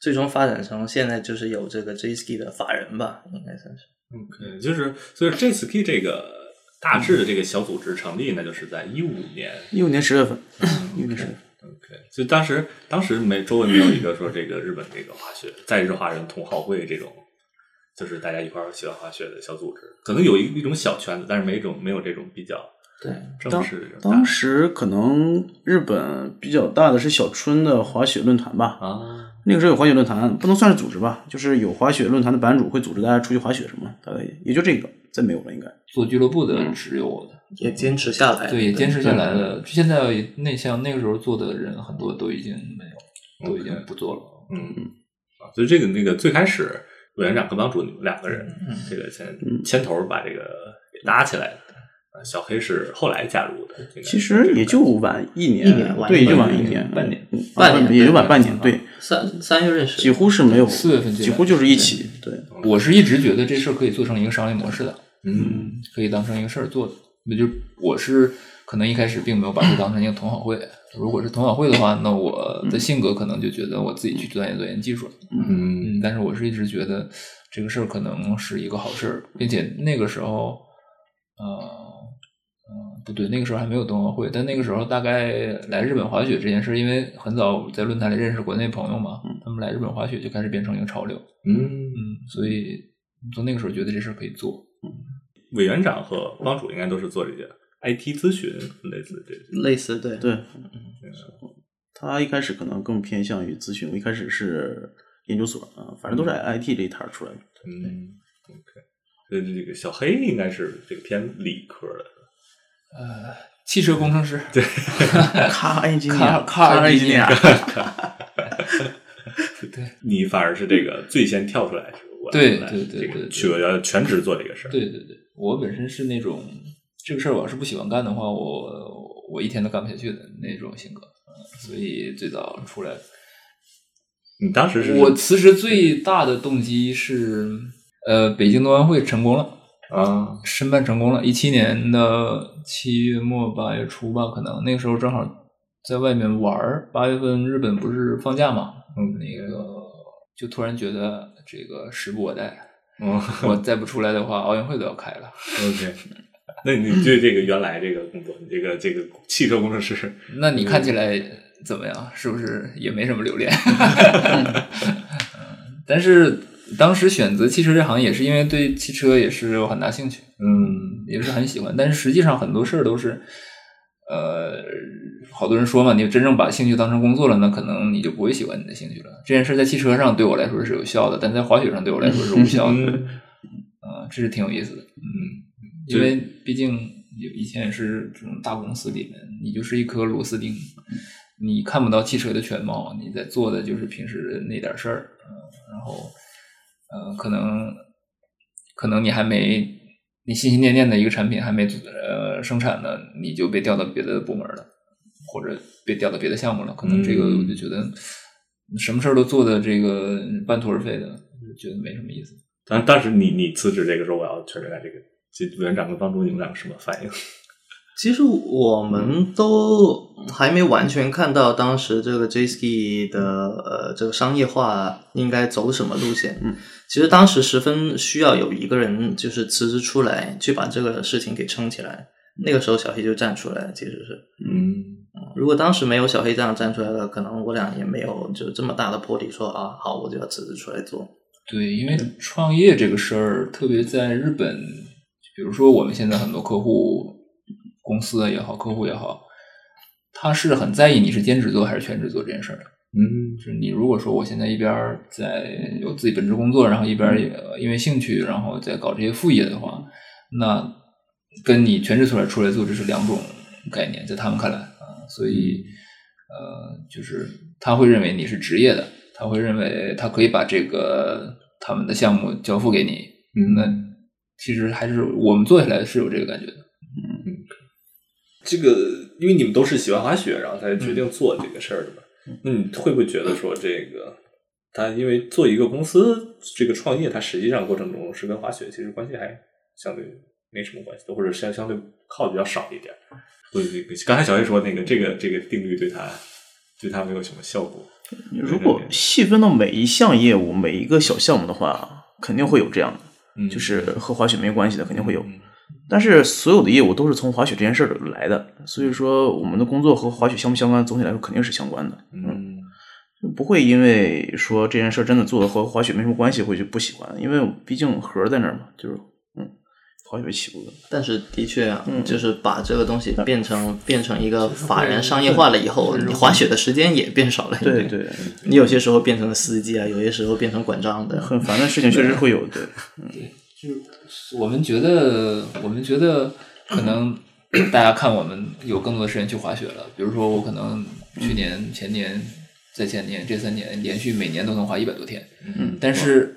[SPEAKER 2] 最终发展成现在就是有这个 J Ski 的法人吧，应该算是。
[SPEAKER 1] OK，就是所以 J Ski 这个大致的这个小组织成立呢，就是在一五年。
[SPEAKER 3] 一五年十月份，一五年十月份，
[SPEAKER 1] OK，所以当时当时没周围没有一个说这个日本这个滑雪在日华人同好会这种，就是大家一块儿喜欢滑雪的小组织，可能有一一种小圈子，但是没一种没有这种比较
[SPEAKER 3] 对
[SPEAKER 1] 正
[SPEAKER 3] 当
[SPEAKER 1] 式的这种大
[SPEAKER 3] 当时可能日本比较大的是小春的滑雪论坛吧，
[SPEAKER 1] 啊，
[SPEAKER 3] 那个时候有滑雪论坛，不能算是组织吧，就是有滑雪论坛的版主会组织大家出去滑雪什么，大概也也就这个，再没有了应该。
[SPEAKER 4] 做俱乐部的只有我的，
[SPEAKER 2] 也坚持下来，
[SPEAKER 4] 嗯哎对，也坚持下来了。现在那像那个时候做的人，很多都已经没有，都已经不做了。
[SPEAKER 1] 嗯，啊，所以这个那个最开始委员长和帮主你们两个人，
[SPEAKER 4] 嗯
[SPEAKER 1] 这个先
[SPEAKER 3] 嗯
[SPEAKER 1] 牵头把这个给搭起来的。啊小黑是后来加入的，这个
[SPEAKER 3] 其实也就晚一年，
[SPEAKER 2] 一年晚
[SPEAKER 3] 对，
[SPEAKER 2] 一
[SPEAKER 3] 也
[SPEAKER 2] 年
[SPEAKER 3] 就晚一年，
[SPEAKER 4] 半年
[SPEAKER 3] 嗯，
[SPEAKER 2] 半年
[SPEAKER 3] 啊也就晚半年，
[SPEAKER 4] 对
[SPEAKER 3] 对，
[SPEAKER 2] 三三月认识，
[SPEAKER 3] 几乎是没有，
[SPEAKER 4] 四月份进来
[SPEAKER 3] 几乎就是一起，对，
[SPEAKER 4] 我是一直觉得这事儿可以做成一个商业模式的，
[SPEAKER 1] 嗯
[SPEAKER 4] 可以当成一个事儿做的。那就是我是可能一开始并没有把它当成一个同好会。如果是同好会的话，那我的性格可能就觉得我自己去钻研钻研技术了。
[SPEAKER 1] 嗯
[SPEAKER 4] 嗯，但是我是一直觉得这个事儿可能是一个好事儿，并且那个时候，呃，嗯，不对，那个时候还没有冬奥会，但那个时候大概来日本滑雪这件事，因为很早在论坛里认识国内朋友嘛，他们来日本滑雪就开始变成一个潮流，
[SPEAKER 1] 嗯，
[SPEAKER 4] 嗯，所以从那个时候觉得这事儿可以做，
[SPEAKER 1] 委员长和帮主应该都是做这些 IT 咨询类似这些。
[SPEAKER 2] 类似对，
[SPEAKER 3] 对，他一开始可能更偏向于咨询，我一开始是研究所啊，反正都是 I T 这一摊儿出来的。
[SPEAKER 1] 嗯，OK，所以这个小黑应该是这个偏理科的。
[SPEAKER 4] 汽车工程师，对，
[SPEAKER 3] 卡 engineer，
[SPEAKER 4] 卡卡
[SPEAKER 3] engineer，
[SPEAKER 1] 你反而是这个最先跳出来，是吧我
[SPEAKER 4] 对
[SPEAKER 1] 来
[SPEAKER 4] 对对
[SPEAKER 1] 这个
[SPEAKER 4] 对对
[SPEAKER 1] 去了全职做这个事儿。
[SPEAKER 4] 对对对，我本身是那种这个事儿，我要是不喜欢干的话，我我一天都干不下去的那种性格，嗯所以最早出来。
[SPEAKER 1] 你当时是
[SPEAKER 4] 我辞职最大的动机是，呃，北京冬奥会成功了，
[SPEAKER 1] 啊，
[SPEAKER 4] 申办成功了。一七年的七月末八月初吧，可能那个时候正好在外面玩儿。八月份日本不是放假嘛，
[SPEAKER 1] 嗯
[SPEAKER 4] 那个就突然觉得这个时不我待，
[SPEAKER 1] 嗯
[SPEAKER 4] 我再不出来的话，奥运会都要开了。
[SPEAKER 1] ，OK。那你对这个原来这个工作，你这个这个汽车工程师，
[SPEAKER 4] 那你看起来怎么样？是不是也没什么留恋？ 嗯但是当时选择汽车这行也是因为对汽车也是有很大兴趣，
[SPEAKER 1] 嗯
[SPEAKER 4] 也是很喜欢。但是实际上很多事儿都是，呃，好多人说嘛，你真正把兴趣当成工作了，那可能你就不会喜欢你的兴趣了。这件事在汽车上对我来说是有效的，但在滑雪上对我来说是无效的。
[SPEAKER 1] 嗯
[SPEAKER 4] 啊、这是挺有意思的。
[SPEAKER 1] 嗯，
[SPEAKER 4] 因为毕竟有以前也是这种大公司里面，你就是一颗螺丝钉，你看不到汽车的全貌，你在做的就是平时那点事儿，嗯、然后，呃，可能，可能你还没，你心心念念的一个产品还没呃生产呢，你就被调到别的部门了，或者被调到别的项目了，可能这个
[SPEAKER 1] 嗯
[SPEAKER 4] 我就觉得什么事儿都做的这个半途而废的，就觉得没什么意思。
[SPEAKER 1] 当当时你你辞职这个时候，我要全职干这个，这委员长跟帮主你们两个什么反应？
[SPEAKER 2] 其实我们都还没完全看到当时这个 j s k 的呃这个商业化应该走什么路线。
[SPEAKER 3] 嗯，
[SPEAKER 2] 其实当时十分需要有一个人就是辞职出来，去把这个事情给撑起来。那个时候小黑就站出来，其实是，
[SPEAKER 1] 嗯，
[SPEAKER 2] 如果当时没有小黑这样站出来了，可能我俩也没有就这么大的魄力说啊，好，我就要辞职出来做。
[SPEAKER 4] 对，因为创业这个事儿，特别在日本，比如说我们现在很多客户、公司也好，客户也好，他是很在意你是兼职做还是全职做这件事儿的。
[SPEAKER 1] 嗯，
[SPEAKER 4] 就是你如果说我现在一边儿在有自己本职工作，然后一边儿也呃因为兴趣，然后再搞这些副业的话，那跟你全职出来出来做这是两种概念，在他们看来啊，所以呃，就是他会认为你是职业的，他会认为他可以把这个他们的项目交付给你，
[SPEAKER 1] 嗯
[SPEAKER 4] 那其实还是我们做起来是有这个感觉的。
[SPEAKER 1] 这个，因为你们都是喜欢滑雪，然后才决定做这个事儿的嘛。那你会不会觉得说，这个他因为做一个公司，这个创业，它实际上过程中是跟滑雪其实关系还相对没什么关系的，或者相相对靠的比较少一点。所以这个刚才小黑说那个这个这个定律对他对他没有什么效果。
[SPEAKER 3] 如果细分到每一项业务、每一个小项目的话，肯定会有这样的，
[SPEAKER 1] 嗯
[SPEAKER 3] 就是和滑雪没关系的肯定会有
[SPEAKER 1] 嗯。
[SPEAKER 3] 但是所有的业务都是从滑雪这件事儿来的，所以说我们的工作和滑雪相不相关，总体来说肯定是相关的。
[SPEAKER 1] 嗯
[SPEAKER 3] 不会因为说这件事儿真的做的和滑雪没什么关系，会就不喜欢，因为毕竟盒儿在那儿嘛，就是嗯，滑雪起步的，
[SPEAKER 2] 但是的确啊，
[SPEAKER 3] 嗯
[SPEAKER 2] 就是把这个东西变成变成一个法人商业化了以后，你滑雪的时间也变少了。
[SPEAKER 3] 对，对，
[SPEAKER 2] 你有些时候变成了司机啊，有些时候变成管账的。
[SPEAKER 3] 很烦的事情确实会有，对，
[SPEAKER 4] 我们觉得，我们觉得可能大家看我们有更多的时间去滑雪了。比如说，我可能去年、前年、再前年这三年，连续每年都能滑一百多天。
[SPEAKER 3] 嗯，
[SPEAKER 4] 但是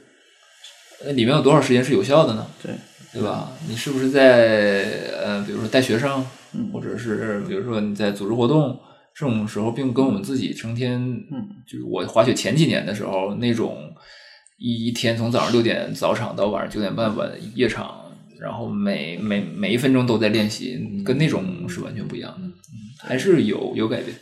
[SPEAKER 4] 呃里面有多少时间是有效的呢？
[SPEAKER 3] 对，
[SPEAKER 4] 对吧？你是不是在呃，比如说带学生，或者是比如说你在组织活动这种时候，并跟我们自己成天，
[SPEAKER 3] 嗯，
[SPEAKER 4] 就是我滑雪前几年的时候那种一一天从早上六点早场到晚上九点半晚夜场。然后每每每一分钟都在练习，跟那种是完全不一样的，还是有有改变。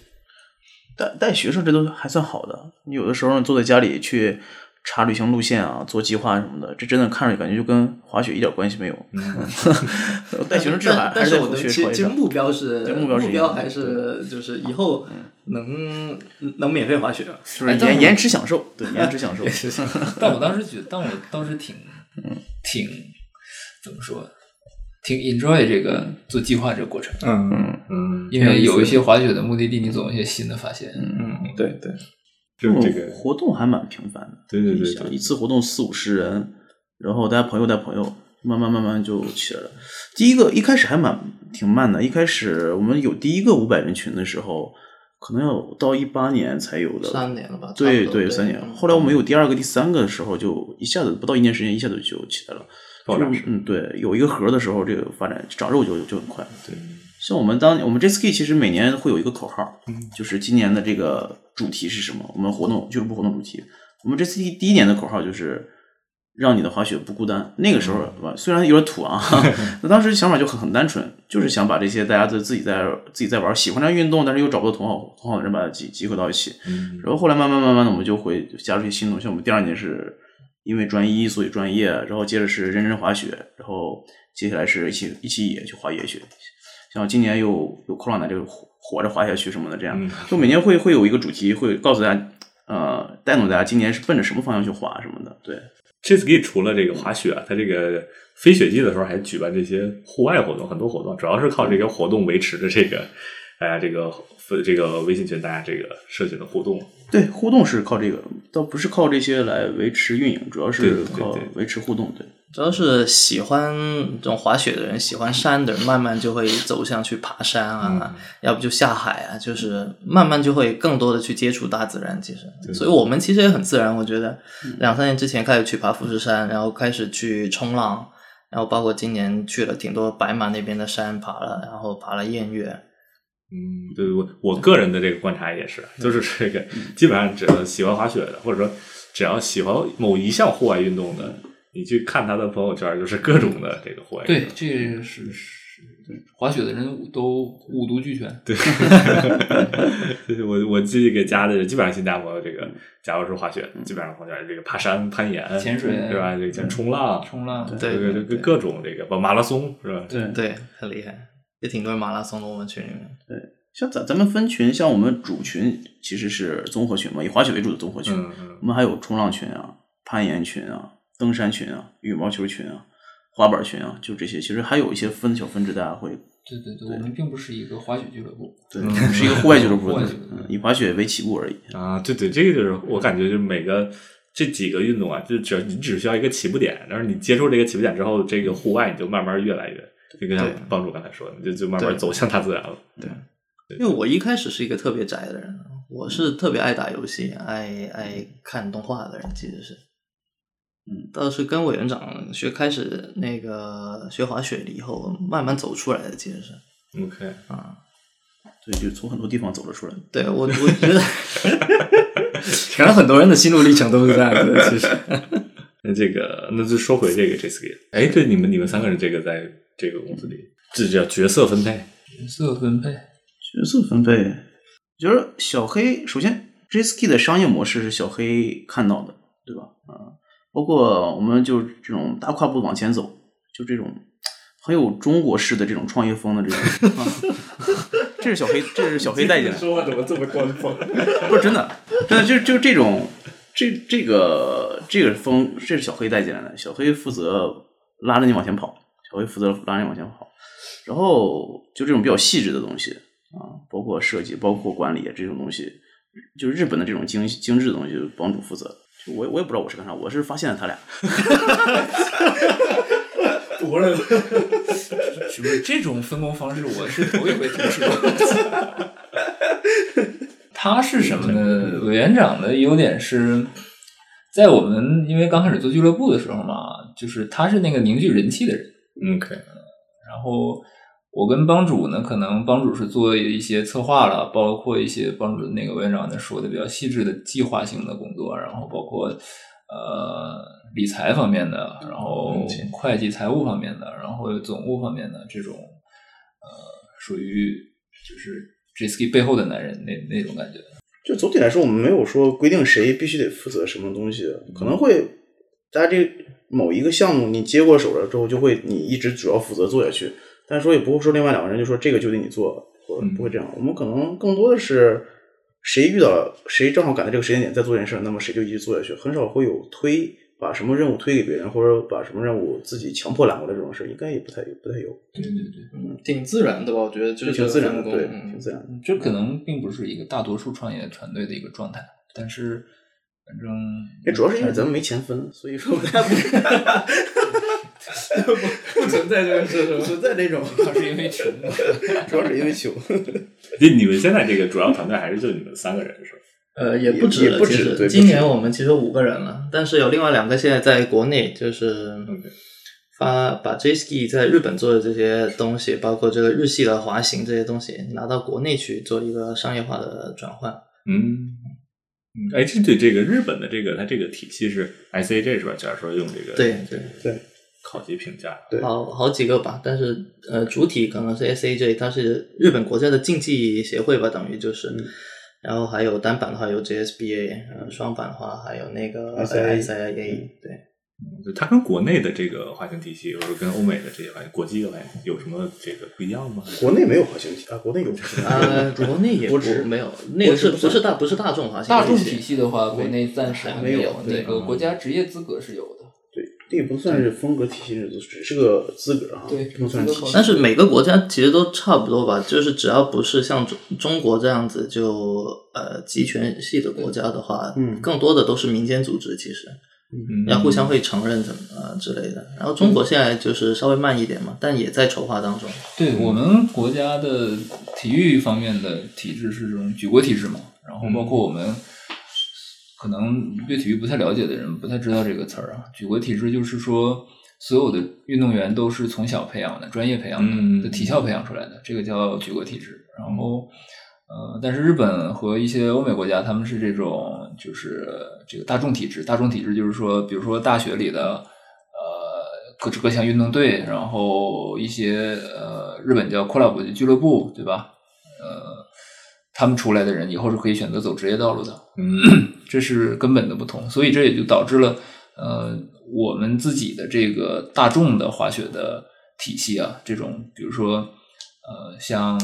[SPEAKER 3] 带带学生这都还算好的，你有的时候呢坐在家里去查旅行路线啊，做计划什么的，这真的看着感觉就跟滑雪一点关系没有。 带学生这还
[SPEAKER 2] 但
[SPEAKER 3] 还
[SPEAKER 2] 但
[SPEAKER 3] 是
[SPEAKER 2] 是
[SPEAKER 3] 在
[SPEAKER 2] 我的
[SPEAKER 3] 学
[SPEAKER 2] 其
[SPEAKER 3] 学
[SPEAKER 2] 实
[SPEAKER 3] 一
[SPEAKER 2] 其实
[SPEAKER 3] 上，
[SPEAKER 2] 目标是
[SPEAKER 3] 对目标是一样的嗯
[SPEAKER 2] 还是就是以后能能免费滑雪。
[SPEAKER 3] 就是延延迟享受，对，延迟嗯享受，
[SPEAKER 4] 但我当时觉得，但我当时挺挺怎么说，挺 enjoy 这个做计划这个过程，
[SPEAKER 1] 嗯嗯，
[SPEAKER 4] 因为有一些滑雪的目的地，你总有一些新的发现。
[SPEAKER 1] 嗯对嗯对，就是这个
[SPEAKER 3] 活动还蛮频繁的。
[SPEAKER 1] 对对
[SPEAKER 3] 你
[SPEAKER 1] 对
[SPEAKER 3] 想
[SPEAKER 1] 对，
[SPEAKER 3] 一次活动四五十人，然后大家朋友带朋友，慢慢慢慢就起来了。第一个一开始还蛮挺慢的，一开始我们有第一个五百人群的时候，可能要到一八年才有的，
[SPEAKER 2] 三年了吧？差
[SPEAKER 3] 对
[SPEAKER 2] 不多对，
[SPEAKER 3] 三年。
[SPEAKER 2] 嗯
[SPEAKER 3] 后来我们有第二个、第三个的时候，就一下子不到一年时间，一下子就起来了。
[SPEAKER 1] 爆炸
[SPEAKER 3] 就
[SPEAKER 1] 式
[SPEAKER 3] 嗯，对，有一个核的时候，这个发展长肉就就很快。
[SPEAKER 1] 对，
[SPEAKER 3] 像我们当我们 j s k 其实每年会有一个口号，就是今年的这个主题是什么？我们活动俱乐部活动主题，我们 j s k 第一年的口号就是让你的滑雪不孤单。那个时候吧，虽然有点土啊， 那当时想法就很很单纯，就是想把这些大家都自己在自己在玩，喜欢这项运动，但是又找不到同好同好的人，把它集集合到一起。
[SPEAKER 1] 嗯
[SPEAKER 3] 然后后来慢慢慢慢的，我们就会加入一些新东西。像我们第二年是因为专一所以专业，然后接着是认真滑雪，然后接下来是一起一起野去滑野雪。像今年又有科朗的这个活活着滑下去什么的，这样、
[SPEAKER 1] 嗯
[SPEAKER 3] 就每年会会有一个主题，会告诉大家，呃，带动大家今年是奔着什么方向去滑什么的。对，
[SPEAKER 1] jet ski 除了这个滑雪，它这个飞雪季的时候还举办这些户外活动，很多活动主要是靠这些活动维持着这个大家这个这个微信群大家这个社群的互动。
[SPEAKER 3] 对，互动是靠这个，倒不是靠这些来维持运营，主要
[SPEAKER 1] 对
[SPEAKER 3] 是
[SPEAKER 1] 对对
[SPEAKER 3] 靠
[SPEAKER 1] 对
[SPEAKER 3] 维持互动。对，
[SPEAKER 2] 主要是喜欢这种滑雪的人，喜欢山的人，慢慢就会走向去爬山啊，要不就下海啊，就是慢慢就会更多的去接触大自然。其实，所以我们其实也很自然。我觉得两三年之前开始去爬富士山，然后开始去冲浪，然后包括今年去了挺多白马那边的山爬了，然后爬了偃月。
[SPEAKER 1] 嗯，对我我个人的这个观察也是，就是这个基本上只要喜欢滑雪的，或者说只要喜欢某一项户外运动的，你去看他的朋友圈，就是各种的这个户外运
[SPEAKER 4] 对
[SPEAKER 1] 动，。
[SPEAKER 4] 这是是滑雪的人都五毒俱全。
[SPEAKER 1] 对，就是我我自己给加的，基本上新加坡这个，假如说滑雪，基本上滑雪这个爬山、攀岩、
[SPEAKER 4] 潜水啊
[SPEAKER 1] 对吧？这个冲浪、
[SPEAKER 4] 冲浪
[SPEAKER 2] 对
[SPEAKER 1] 这个各各种这个不马拉松是吧？
[SPEAKER 3] 对
[SPEAKER 2] 对，很厉害，也挺多马拉松的。我们群里面，
[SPEAKER 3] 像咱咱们分群，像我们主群其实是综合群嘛，以滑雪为主的综合群。
[SPEAKER 1] 嗯嗯
[SPEAKER 3] 我们还有冲浪群啊、攀岩群啊、登山群啊、羽毛球群啊、滑板群啊，就这些。其实还有一些分小分支，大家会
[SPEAKER 4] 对对对，我们并不是一个滑雪俱乐部，
[SPEAKER 3] 对
[SPEAKER 1] 嗯
[SPEAKER 3] 是一个户外俱乐部
[SPEAKER 4] 户外
[SPEAKER 3] 的
[SPEAKER 4] 俱乐部，
[SPEAKER 3] 嗯以滑雪为起步而已。
[SPEAKER 1] 啊，对对，这个就是我感觉就是每个。这几个运动啊，就只要你只需要一个起步点，然后你接受这个起步点之后，这个户外你就慢慢越来越，就跟像
[SPEAKER 2] 对
[SPEAKER 1] 帮主刚才说的，你就就慢慢
[SPEAKER 2] 对
[SPEAKER 1] 走向大自然了。
[SPEAKER 2] 因为我一开始是一个特别宅的人，啊我是特别爱打游戏、爱爱看动画的人，其实是。嗯，倒是跟委员长学开始那个学滑雪了以后，慢慢走出来的，其实是。
[SPEAKER 1] OK，
[SPEAKER 3] 对，就从很多地方走了出来。
[SPEAKER 2] 对我，我觉 得，可能很多人的心路历程都是这样子的。其实，
[SPEAKER 1] 那这个，那就说回这个 JSK。哎，对，你们你们三个人这个在这个公司里，这叫角色分配。
[SPEAKER 4] 角色分 配。
[SPEAKER 3] 角色分配，就是小黑。首先 j s k 的商业模式是小黑看到的，对吧？啊，包括我们就这种大跨步往前走，就这种很有中国式的这种创业风的这种，啊、这是小黑，这是小黑带进来的。
[SPEAKER 2] 话怎么这么官 方？
[SPEAKER 3] 不是真的，真的就就这种，这这个这个风，这是小黑带进来的。小黑负责拉着你往前跑，小黑负责拉着你往前跑。然后就这种比较细致的东西啊，包括设计，包括管理啊这种东西，就日本的这种精精致的东西，帮主负责。就我也我也不知道我是干啥，我是发现了他俩。
[SPEAKER 4] 不是，是不是这种分工方式我是头一回听说。 他是什么呢？委员长的优点是在我们因为刚开始做俱乐部的时候嘛，就是他是那个凝聚人气的人。
[SPEAKER 1] 嗯 OK，
[SPEAKER 4] 然后我跟帮主呢，可能帮主是做一些策划了，包括一些帮主那个委员长呢说的比较细致的计划性的工作，然后包括呃理财方面的，然后
[SPEAKER 1] 嗯行
[SPEAKER 4] 会计财务方面的，然后总务方面的这种呃属于就是 j s k 背后的男人那那种感觉。
[SPEAKER 3] 就总体来说，我们没有说规定谁必须得负责什么东西，可能会大家这某一个项目你接过手了之后，就会你一直主要负责做下去，但是说也不会说另外两个人就说这个就得你做，或者
[SPEAKER 1] 嗯
[SPEAKER 3] 不会这样。我们可能更多的是谁遇到了谁正好赶在这个时间点在做这件事儿，那么谁就一直做下去，很少会有推把什么任务推给别人，或者把什么任务自己强迫揽过来这种事儿，应该也不太不太有，
[SPEAKER 4] 对对对，
[SPEAKER 2] 挺自然的吧？我觉得就是
[SPEAKER 3] 这挺自然的，
[SPEAKER 2] 这个嗯
[SPEAKER 3] 对
[SPEAKER 2] 分，工
[SPEAKER 3] 挺自然的。
[SPEAKER 4] 这嗯可能并不是一个大多数创业团队的一个状态，但是反正
[SPEAKER 3] 那 主要是因为咱们没钱分，所以说大家不
[SPEAKER 2] 嗯不存在这个事
[SPEAKER 3] 存在这种。
[SPEAKER 4] 他是因为穷嘛。
[SPEAKER 3] 主要是因为穷，
[SPEAKER 1] 就你们现在这个主要团队还是就你们三个人是吧？
[SPEAKER 2] 呃，也
[SPEAKER 3] 也
[SPEAKER 2] 不止
[SPEAKER 3] 也
[SPEAKER 2] 了，
[SPEAKER 3] 不
[SPEAKER 2] 其
[SPEAKER 3] 止
[SPEAKER 2] 实
[SPEAKER 3] 对不
[SPEAKER 2] 今
[SPEAKER 3] 止
[SPEAKER 2] 年我们其实五个人了，但是有另外两个现在在国内，就是发把 JSK 在日本做的这些东西，包括这个日系的滑行这些东西，拿到国内去做一个商业化的转换。
[SPEAKER 1] 嗯，嗯哎，这对这个日本的这个它这个体系是 ICAJ 是吧？假如说用这个
[SPEAKER 2] 对对
[SPEAKER 3] 对
[SPEAKER 1] 考级评价，
[SPEAKER 3] 对
[SPEAKER 2] 好好几个吧，但是呃，主体可能是 SAJ，它是日本国家的竞技协会吧，等于就是。
[SPEAKER 3] 嗯
[SPEAKER 2] 然后还有单板的话有 JSBA，呃，双板的话还有那个
[SPEAKER 3] SIA
[SPEAKER 2] SIA，对。
[SPEAKER 1] 嗯
[SPEAKER 3] 嗯
[SPEAKER 1] 就它跟国内的这个滑行体系，或者跟欧美的这些滑行国际的滑行有什么这个不一样吗？
[SPEAKER 3] 国内没有滑行体啊，国 内有
[SPEAKER 2] 呃，国内也不
[SPEAKER 3] 国职
[SPEAKER 2] 没有，那个
[SPEAKER 3] 国职
[SPEAKER 2] 是
[SPEAKER 3] 不
[SPEAKER 2] 不是
[SPEAKER 3] 算
[SPEAKER 2] 大不是大众滑行？
[SPEAKER 4] 大众体系的话，国内暂时还
[SPEAKER 3] 没有
[SPEAKER 4] 有，
[SPEAKER 3] 对
[SPEAKER 4] 那个
[SPEAKER 1] 嗯
[SPEAKER 4] 国家职业资格是有的。
[SPEAKER 3] 对，这也不算是风格体系，只是个资格哈，
[SPEAKER 4] 对
[SPEAKER 3] 不算是体系。
[SPEAKER 2] 但是每个国家其实都差不多吧，就是只要不是像中中国这样子就呃集权系的国家的话，
[SPEAKER 3] 嗯
[SPEAKER 2] 更多的都是民间组织，其实
[SPEAKER 1] 嗯
[SPEAKER 2] 要互相会承认怎么呃之类的。然后中国现在就是稍微慢一点嘛，但也在筹划当中。
[SPEAKER 4] 对我们国家的体育方面的体制是这种举国体制嘛，然后包括我们可能对体育不太了解的人不太知道这个词儿啊。举国体制就是说，所有的运动员都是从小培养的，专业培养的，
[SPEAKER 1] 嗯
[SPEAKER 4] 就体校培养出来的，这个叫举国体制。然后呃，但是日本和一些欧美国家，他们是这种就是这个大众体制，大众体制就是说，比如说大学里的呃各各项运动队，然后一些呃日本叫 club 俱乐部，对吧？呃，他们出来的人以后是可以选择走职业道路的，
[SPEAKER 1] 嗯
[SPEAKER 4] 这是根本的不同，所以这也就导致了呃我们自己的这个大众的滑雪的体系啊，这种比如说呃像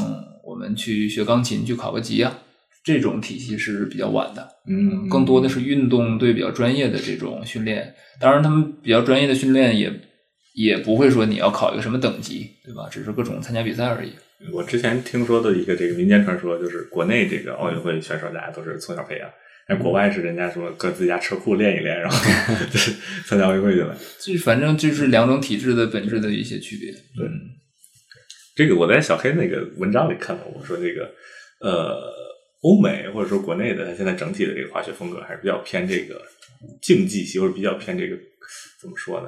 [SPEAKER 4] 我们去学钢琴去考个级啊，这种体系是比较晚的，
[SPEAKER 1] 嗯，
[SPEAKER 4] 更多的是运动对比较专业的这种训练。当然，他们比较专业的训练也也不会说你要考一个什么等级，对吧？只是各种参加比赛而已。
[SPEAKER 1] 我之前听说的一个这个民间传说，就是国内这个奥运会选手大家都是从小培养，但国外是人家说搁自己家车库练一练，然后 就是参加奥运会去了。
[SPEAKER 4] 这反正就是两种体制的本质的一些区别。
[SPEAKER 1] 对，
[SPEAKER 4] 嗯
[SPEAKER 1] 这个我在小黑那个文章里看到过，我说这个呃，欧美或者说国内的，它现在整体的这个滑雪风格还是比较偏这个竞技系，或者比较偏这个怎么说呢？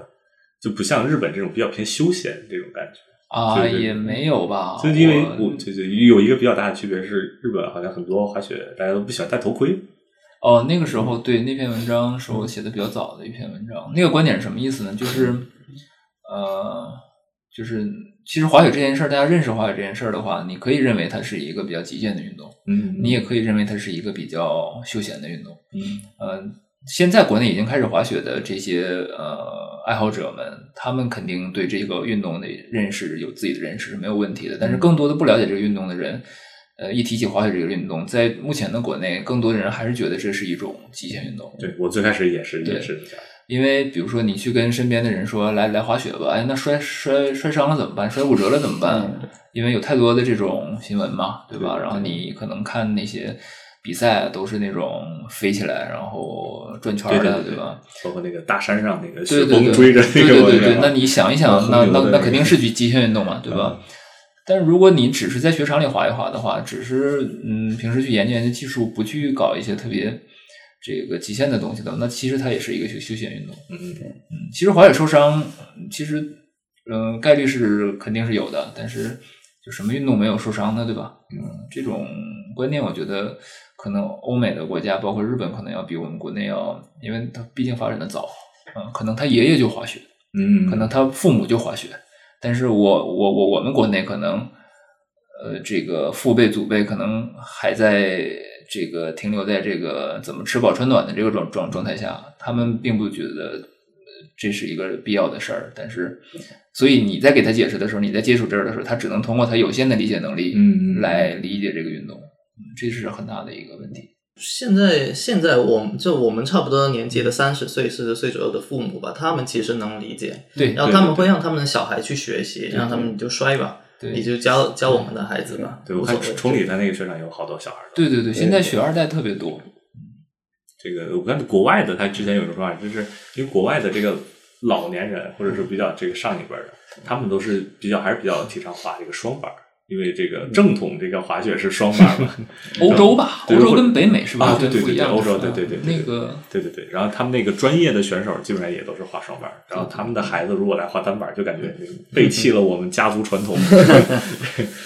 [SPEAKER 1] 就不像日本这种比较偏休闲这种感觉。
[SPEAKER 4] 啊，
[SPEAKER 1] 对对
[SPEAKER 4] 也没有吧？
[SPEAKER 1] 就因为
[SPEAKER 4] 哦我
[SPEAKER 1] 我就就有一个比较大的区别是，日本好像很多滑雪大家都不喜欢戴头盔。
[SPEAKER 4] 哦，那个时候对那篇文章是我写的比较早的一篇文章。那个观点是什么意思呢？就是，呃，就是其实滑雪这件事儿，大家认识滑雪这件事儿的话，你可以认为它是一个比较极限的运动，
[SPEAKER 1] 嗯
[SPEAKER 4] 你也可以认为它是一个比较休闲的运动。
[SPEAKER 1] 嗯
[SPEAKER 4] 呃，现在国内已经开始滑雪的这些呃爱好者们，他们肯定对这个运动的认识有自己的认识是没有问题的。
[SPEAKER 1] 嗯
[SPEAKER 4] 但是更多的不了解这个运动的人，呃，一提起滑雪这个运动，在目前的国内，更多的人还是觉得这是一种极限运动。
[SPEAKER 1] 对我最开始也是也是这样，
[SPEAKER 4] 因为比如说你去跟身边的人说来来滑雪吧，哎，那摔摔摔伤了怎么办？摔骨折了怎么办？因为有太多的这种新闻嘛，对吧？
[SPEAKER 1] 嗯对
[SPEAKER 4] 然后你可能看那些比赛都是那种飞起来然后转圈儿
[SPEAKER 1] 对
[SPEAKER 4] 的，
[SPEAKER 1] 对
[SPEAKER 4] 吧？？
[SPEAKER 1] 包括那个大山上那个
[SPEAKER 4] 对
[SPEAKER 1] 雪
[SPEAKER 4] 对
[SPEAKER 1] 崩
[SPEAKER 4] 对，
[SPEAKER 1] 追着那
[SPEAKER 4] 对
[SPEAKER 1] 个
[SPEAKER 4] 对
[SPEAKER 1] 往
[SPEAKER 4] 对
[SPEAKER 1] 上，
[SPEAKER 4] 对，那你想一想，那
[SPEAKER 1] 红牛
[SPEAKER 4] 那
[SPEAKER 1] 的
[SPEAKER 4] 那
[SPEAKER 1] 个
[SPEAKER 4] 肯定是极嗯极限运动嘛，对吧？但如果你只是在雪场里滑一滑的话，只是嗯平时去研究研究技术，不去搞一些特别这个极限的东西的话，那其实它也是一个休休闲运动。
[SPEAKER 1] 嗯
[SPEAKER 4] 嗯，其实滑雪受伤，其实嗯、呃概率是肯定是有的，但是就什么运动没有受伤的，对吧？嗯，这种观念我觉得可能欧美的国家，包括日本，可能要比我们国内要，因为它毕竟发展的早，嗯，可能他爷爷就滑雪，
[SPEAKER 1] 嗯，
[SPEAKER 4] 可能他父母就滑雪，但是我我我我们国内可能，呃，这个父辈祖辈可能还在这个停留在这个怎么吃饱穿暖的这个状状状态下，他们并不觉得呃这是一个必要的事儿，但是，所以你在给他解释的时候，你在接触这儿的时候，他只能通过他有限的理解能力，
[SPEAKER 1] 嗯嗯嗯
[SPEAKER 4] 来理解这个运动，嗯这是很大的一个问题。
[SPEAKER 2] 现在现在我们就我们差不多年纪的三十岁四十岁左右的父母吧，他们其实能理解，
[SPEAKER 4] 对
[SPEAKER 2] 然后他们会让他们的小孩去学习，让他们你就摔吧，
[SPEAKER 4] 对
[SPEAKER 2] 你就教教我们的孩子吧，
[SPEAKER 1] 对我
[SPEAKER 2] 无所
[SPEAKER 1] 看
[SPEAKER 2] 谓
[SPEAKER 1] 崇礼在那个雪场有好多小孩儿的，
[SPEAKER 4] 对对对，现在雪二代特别多，
[SPEAKER 1] 这个我看国外的，他之前有一种说法，就是因为国外的这个老年人或者是比较这个上一辈儿的，他们都是比较还是比较提倡滑这个双板儿，因为这个正统这个滑雪是双板儿 嘛。
[SPEAKER 4] 欧洲吧，
[SPEAKER 1] 对
[SPEAKER 4] 欧洲
[SPEAKER 1] 或者
[SPEAKER 4] 跟北美是
[SPEAKER 1] 啊
[SPEAKER 4] 完
[SPEAKER 1] 对
[SPEAKER 4] 全
[SPEAKER 1] 对
[SPEAKER 4] 不
[SPEAKER 1] 对
[SPEAKER 4] 一
[SPEAKER 1] 对，
[SPEAKER 4] 样的。
[SPEAKER 1] 欧洲
[SPEAKER 4] 是
[SPEAKER 1] 对
[SPEAKER 4] 吧
[SPEAKER 1] 对对对
[SPEAKER 4] 那个
[SPEAKER 1] 对对对，然后他们那个专业的选手基本上也都是滑双板儿，然后他们的孩子如果来滑单板儿，就感觉背弃了我们家族传 统。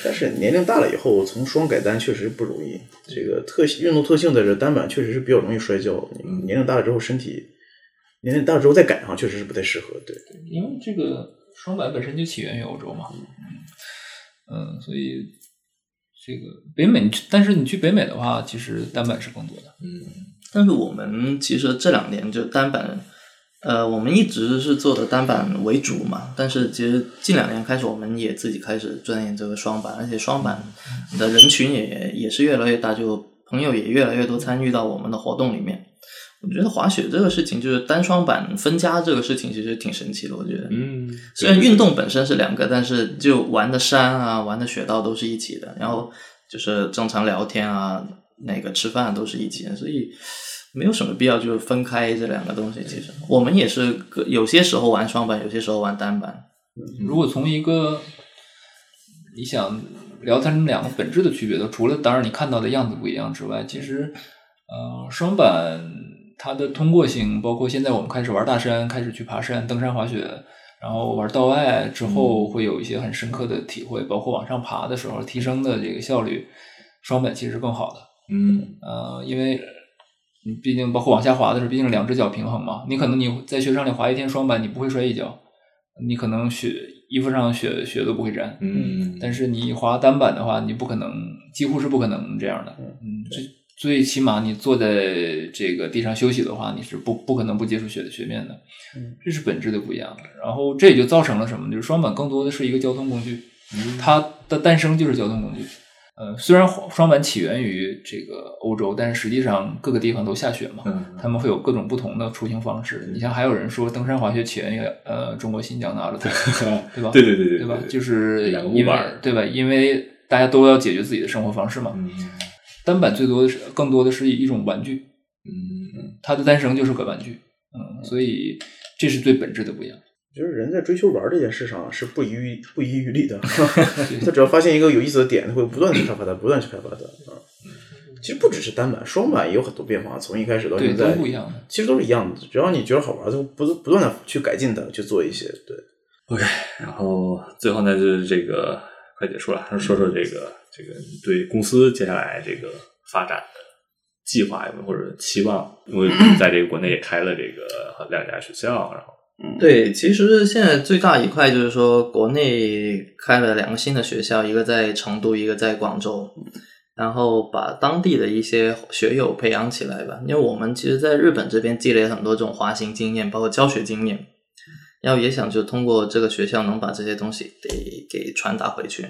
[SPEAKER 5] 但是年龄大了以后，从双改单确实不容易。这个特运动特性的这单板确实是比较容易摔跤。
[SPEAKER 1] 嗯
[SPEAKER 5] 年龄大了之后，身体年龄大了之后再改上，确实是不太适合。对，
[SPEAKER 4] 因为这个双板本身就起源于欧洲嘛，嗯，嗯所以这个北美，但是你去北美的话，其实单板是更多的。
[SPEAKER 1] 嗯
[SPEAKER 2] 但是我们其实这两年就单板，呃，我们一直是做的单板为主嘛。但是其实近两年开始，我们也自己开始钻研这个双板，而且双板的人群也也是越来越大，就朋友也越来越多参与到我们的活动里面。我觉得滑雪这个事情，就是单双板分家这个事情，其实挺神奇的。我觉得，
[SPEAKER 1] 嗯，
[SPEAKER 2] 虽然运动本身是两个，但是就玩的山啊、玩的雪道都是一起的，然后就是正常聊天啊、那个吃饭都是一起的，所以没有什么必要就是分开这两个东西。其实我们也是各有些时候玩双板，有些时候玩单板。
[SPEAKER 4] 如果从一个你想聊它们两个本质的区别的，除了当然你看到的样子不一样之外，其实呃，双板它的通过性，包括现在我们开始玩大山，开始去爬山、登山、滑雪，然后玩道外之后，会有一些很深刻的体会，包括往上爬的时候提升的这个效率，双板其实是更好的。
[SPEAKER 1] 嗯
[SPEAKER 4] 呃，因为你毕竟包括往下滑的时候，毕竟是两只脚平衡嘛，你可能你在雪上里滑一天双板，你不会摔一跤，你可能雪衣服上雪雪都不会沾，
[SPEAKER 1] 嗯，
[SPEAKER 4] 但是你滑单板的话，你不可能，几乎是不可能这样的。嗯，最最起码你坐在这个地上休息的话，你是不不可能不接触雪的雪面的
[SPEAKER 3] 嗯，
[SPEAKER 4] 这是本质的不一样。然后这也就造成了什么？就是双板更多的是一个交通工具，它的诞生就是交通工具。呃，虽然滑双板起源于这个欧洲，但是实际上各个地方都下雪嘛，
[SPEAKER 1] 嗯
[SPEAKER 4] 他们会有各种不同的出行方式。你像还有人说登山滑雪起源于呃中国新疆的阿勒泰， 对吧？
[SPEAKER 1] 对对对
[SPEAKER 4] 对吧？
[SPEAKER 1] 对
[SPEAKER 4] 就是
[SPEAKER 1] 两个
[SPEAKER 4] 因
[SPEAKER 1] 木
[SPEAKER 4] 为
[SPEAKER 1] 板儿
[SPEAKER 4] 对吧？因为大家都要解决自己的生活方式嘛。
[SPEAKER 1] 嗯
[SPEAKER 4] 单板最多的是更多的是一种玩具，
[SPEAKER 1] 嗯
[SPEAKER 4] 它的诞生就是个玩具，嗯，所以这是最本质的不一样。
[SPEAKER 3] 就是人在追求玩这件事上是不遗余不遗余力 的，他只要发现一个有意思的点，他会不断去开发它，不断去开发它啊。其实不只是单板，双板也有很多变化，从一开始到
[SPEAKER 4] 对
[SPEAKER 3] 现在
[SPEAKER 4] 都不一样的
[SPEAKER 3] 其实都是一样的。只要你觉得好玩，就不不断的去改进它，去做一些对。
[SPEAKER 1] 然后最后呢，就是这个快结束了，说说这个这个你对公司接下来这个发展的计划有没有或者期望？因 为在这个国内也开了这个两家学校，然后
[SPEAKER 2] 对，其实现在最大一块就是说，国内开了两个新的学校，一个在成都，一个在广州，然后把当地的一些学友培养起来吧。因为我们其实在日本这边积累很多这种滑行经验，包括教学经验，然后也想就通过这个学校能把这些东西给给传达回去。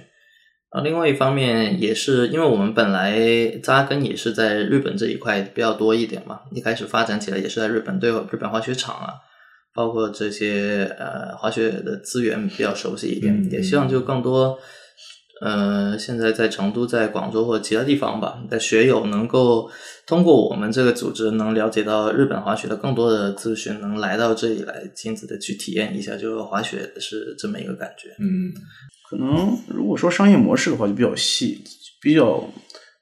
[SPEAKER 2] 啊，另外一方面也是因为我们本来扎根也是在日本这一块比较多一点嘛，一开始发展起来也是在日本，对日本滑雪场啊，包括这些呃滑雪的资源比较熟悉一点，
[SPEAKER 1] 嗯
[SPEAKER 2] 也希望就更多呃现在在成都、在广州或者其他地方吧的学友能够通过我们这个组织能了解到日本滑雪的更多的资讯，能来到这里来亲自的去体验一下，就是滑雪是这么一个感觉。
[SPEAKER 1] 嗯
[SPEAKER 3] 可能如果说商业模式的话，就比较细，比较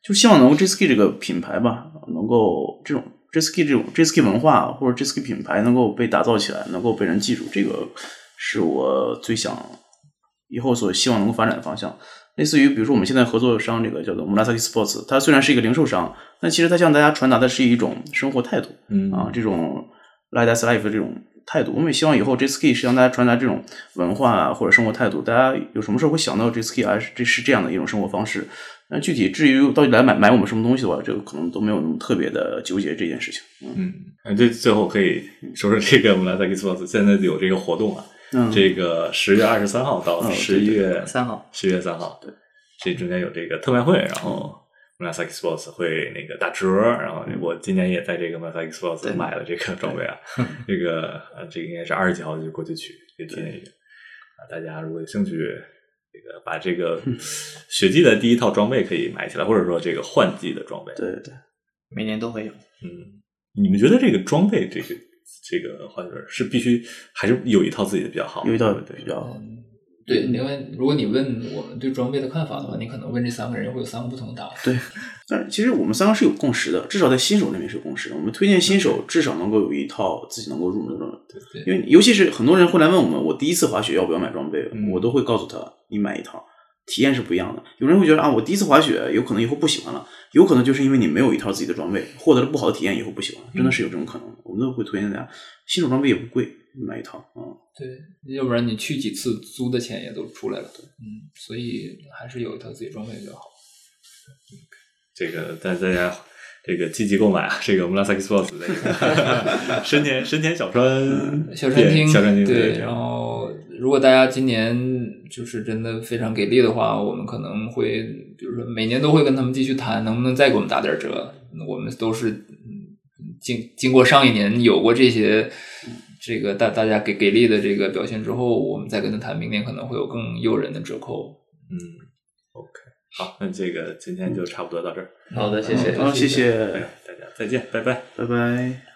[SPEAKER 3] 就希望能够 JSK 这个品牌吧，能够这种 JSK 这种 JSK 文化或者 JSK 品牌能够被打造起来，能够被人记住，这个是我最想以后所希望能够发展的方向。类似于比如说我们现在合作商这个叫做 Murasaki Sports，它虽然是一个零售商，但其实它向大家传达的是一种生活态度。
[SPEAKER 1] 嗯
[SPEAKER 3] 啊，这种 light as life 这种态度。我们也希望以后 JSK 是向大家传达这种文化啊或者生活态度。大家有什么时候会想到 JSK 啊？是这是这样的一种生活方式。那具体至于到底来买买我们什么东西的话，这个可能都没有那么特别的纠结这件事情。
[SPEAKER 1] 嗯，这最后可以说说这个我们来在 Xbox 现在有这个活动啊，
[SPEAKER 3] 嗯，
[SPEAKER 1] 这个十月二十三号到
[SPEAKER 3] 嗯
[SPEAKER 1] 十月
[SPEAKER 2] 三号，
[SPEAKER 1] 十月哦三号，
[SPEAKER 3] 哦对，
[SPEAKER 1] 这中间有这个特卖会，然后 Murasaki Sports 会那个打折，然后
[SPEAKER 3] 嗯
[SPEAKER 1] 我今年也在这个 Murasaki
[SPEAKER 2] 对
[SPEAKER 1] Sports 买了这个装备啊， 这个呃这个应该是二十几号就过去取，这今年已经啊，大家如果有兴趣。这个把这个
[SPEAKER 3] 嗯
[SPEAKER 1] 雪季的第一套装备可以买起来，或者说这个换季的装备，
[SPEAKER 3] 对对对，
[SPEAKER 2] 每年都会有。
[SPEAKER 1] 嗯，你们觉得这个装备，这个这个滑雪是必须还是有一套自己的比较好？
[SPEAKER 3] 有一道
[SPEAKER 1] 对不对
[SPEAKER 3] 比较
[SPEAKER 4] 对，另外，如果你问我们对装备的看法的话，你可能问这三个人会有三个不同的答案。
[SPEAKER 3] 但是其实我们三个是有共识的，至少在新手那边是有共识的。我们推荐新手至少能够有一套自己能够入门的装备，因
[SPEAKER 4] 对
[SPEAKER 3] 为尤其是很多人会来问我们，我第一次滑雪要不要买装备？
[SPEAKER 1] 嗯
[SPEAKER 3] 我都会告诉他，你买一套，体验是不一样的。有人会觉得啊，我第一次滑雪，有可能以后不喜欢了，有可能就是因为你没有一套自己的装备，获得了不好的体验，以后不喜欢了，真的是有这种可能的。我们都会推荐大家，新手装备也不贵，买一套啊。嗯
[SPEAKER 4] 对，要不然你去几次租的钱也都出来了。嗯，所以还是有一套自己装备比较好。
[SPEAKER 1] 这个但大家这个积极购买啊，这个 Murasaki Sports 的这 个深田深田小川
[SPEAKER 4] 嗯小餐厅，
[SPEAKER 1] 小川町
[SPEAKER 4] 对。然后，如果大家今年就是真的非常给力的话，我们可能会，比如说每年都会跟他们继续谈，能不能再给我们打点折？我们都是嗯经经过上一年有过这些这个大大家给给力的这个表现之后，我们再跟他谈，明年可能会有更诱人的折扣。
[SPEAKER 1] 嗯，OK，好，那这个今天就差不多到这儿，
[SPEAKER 2] 好的，谢
[SPEAKER 4] 嗯谢
[SPEAKER 2] 谢。
[SPEAKER 3] 好，谢谢，
[SPEAKER 1] 哎大家再见，拜拜。
[SPEAKER 3] 拜拜。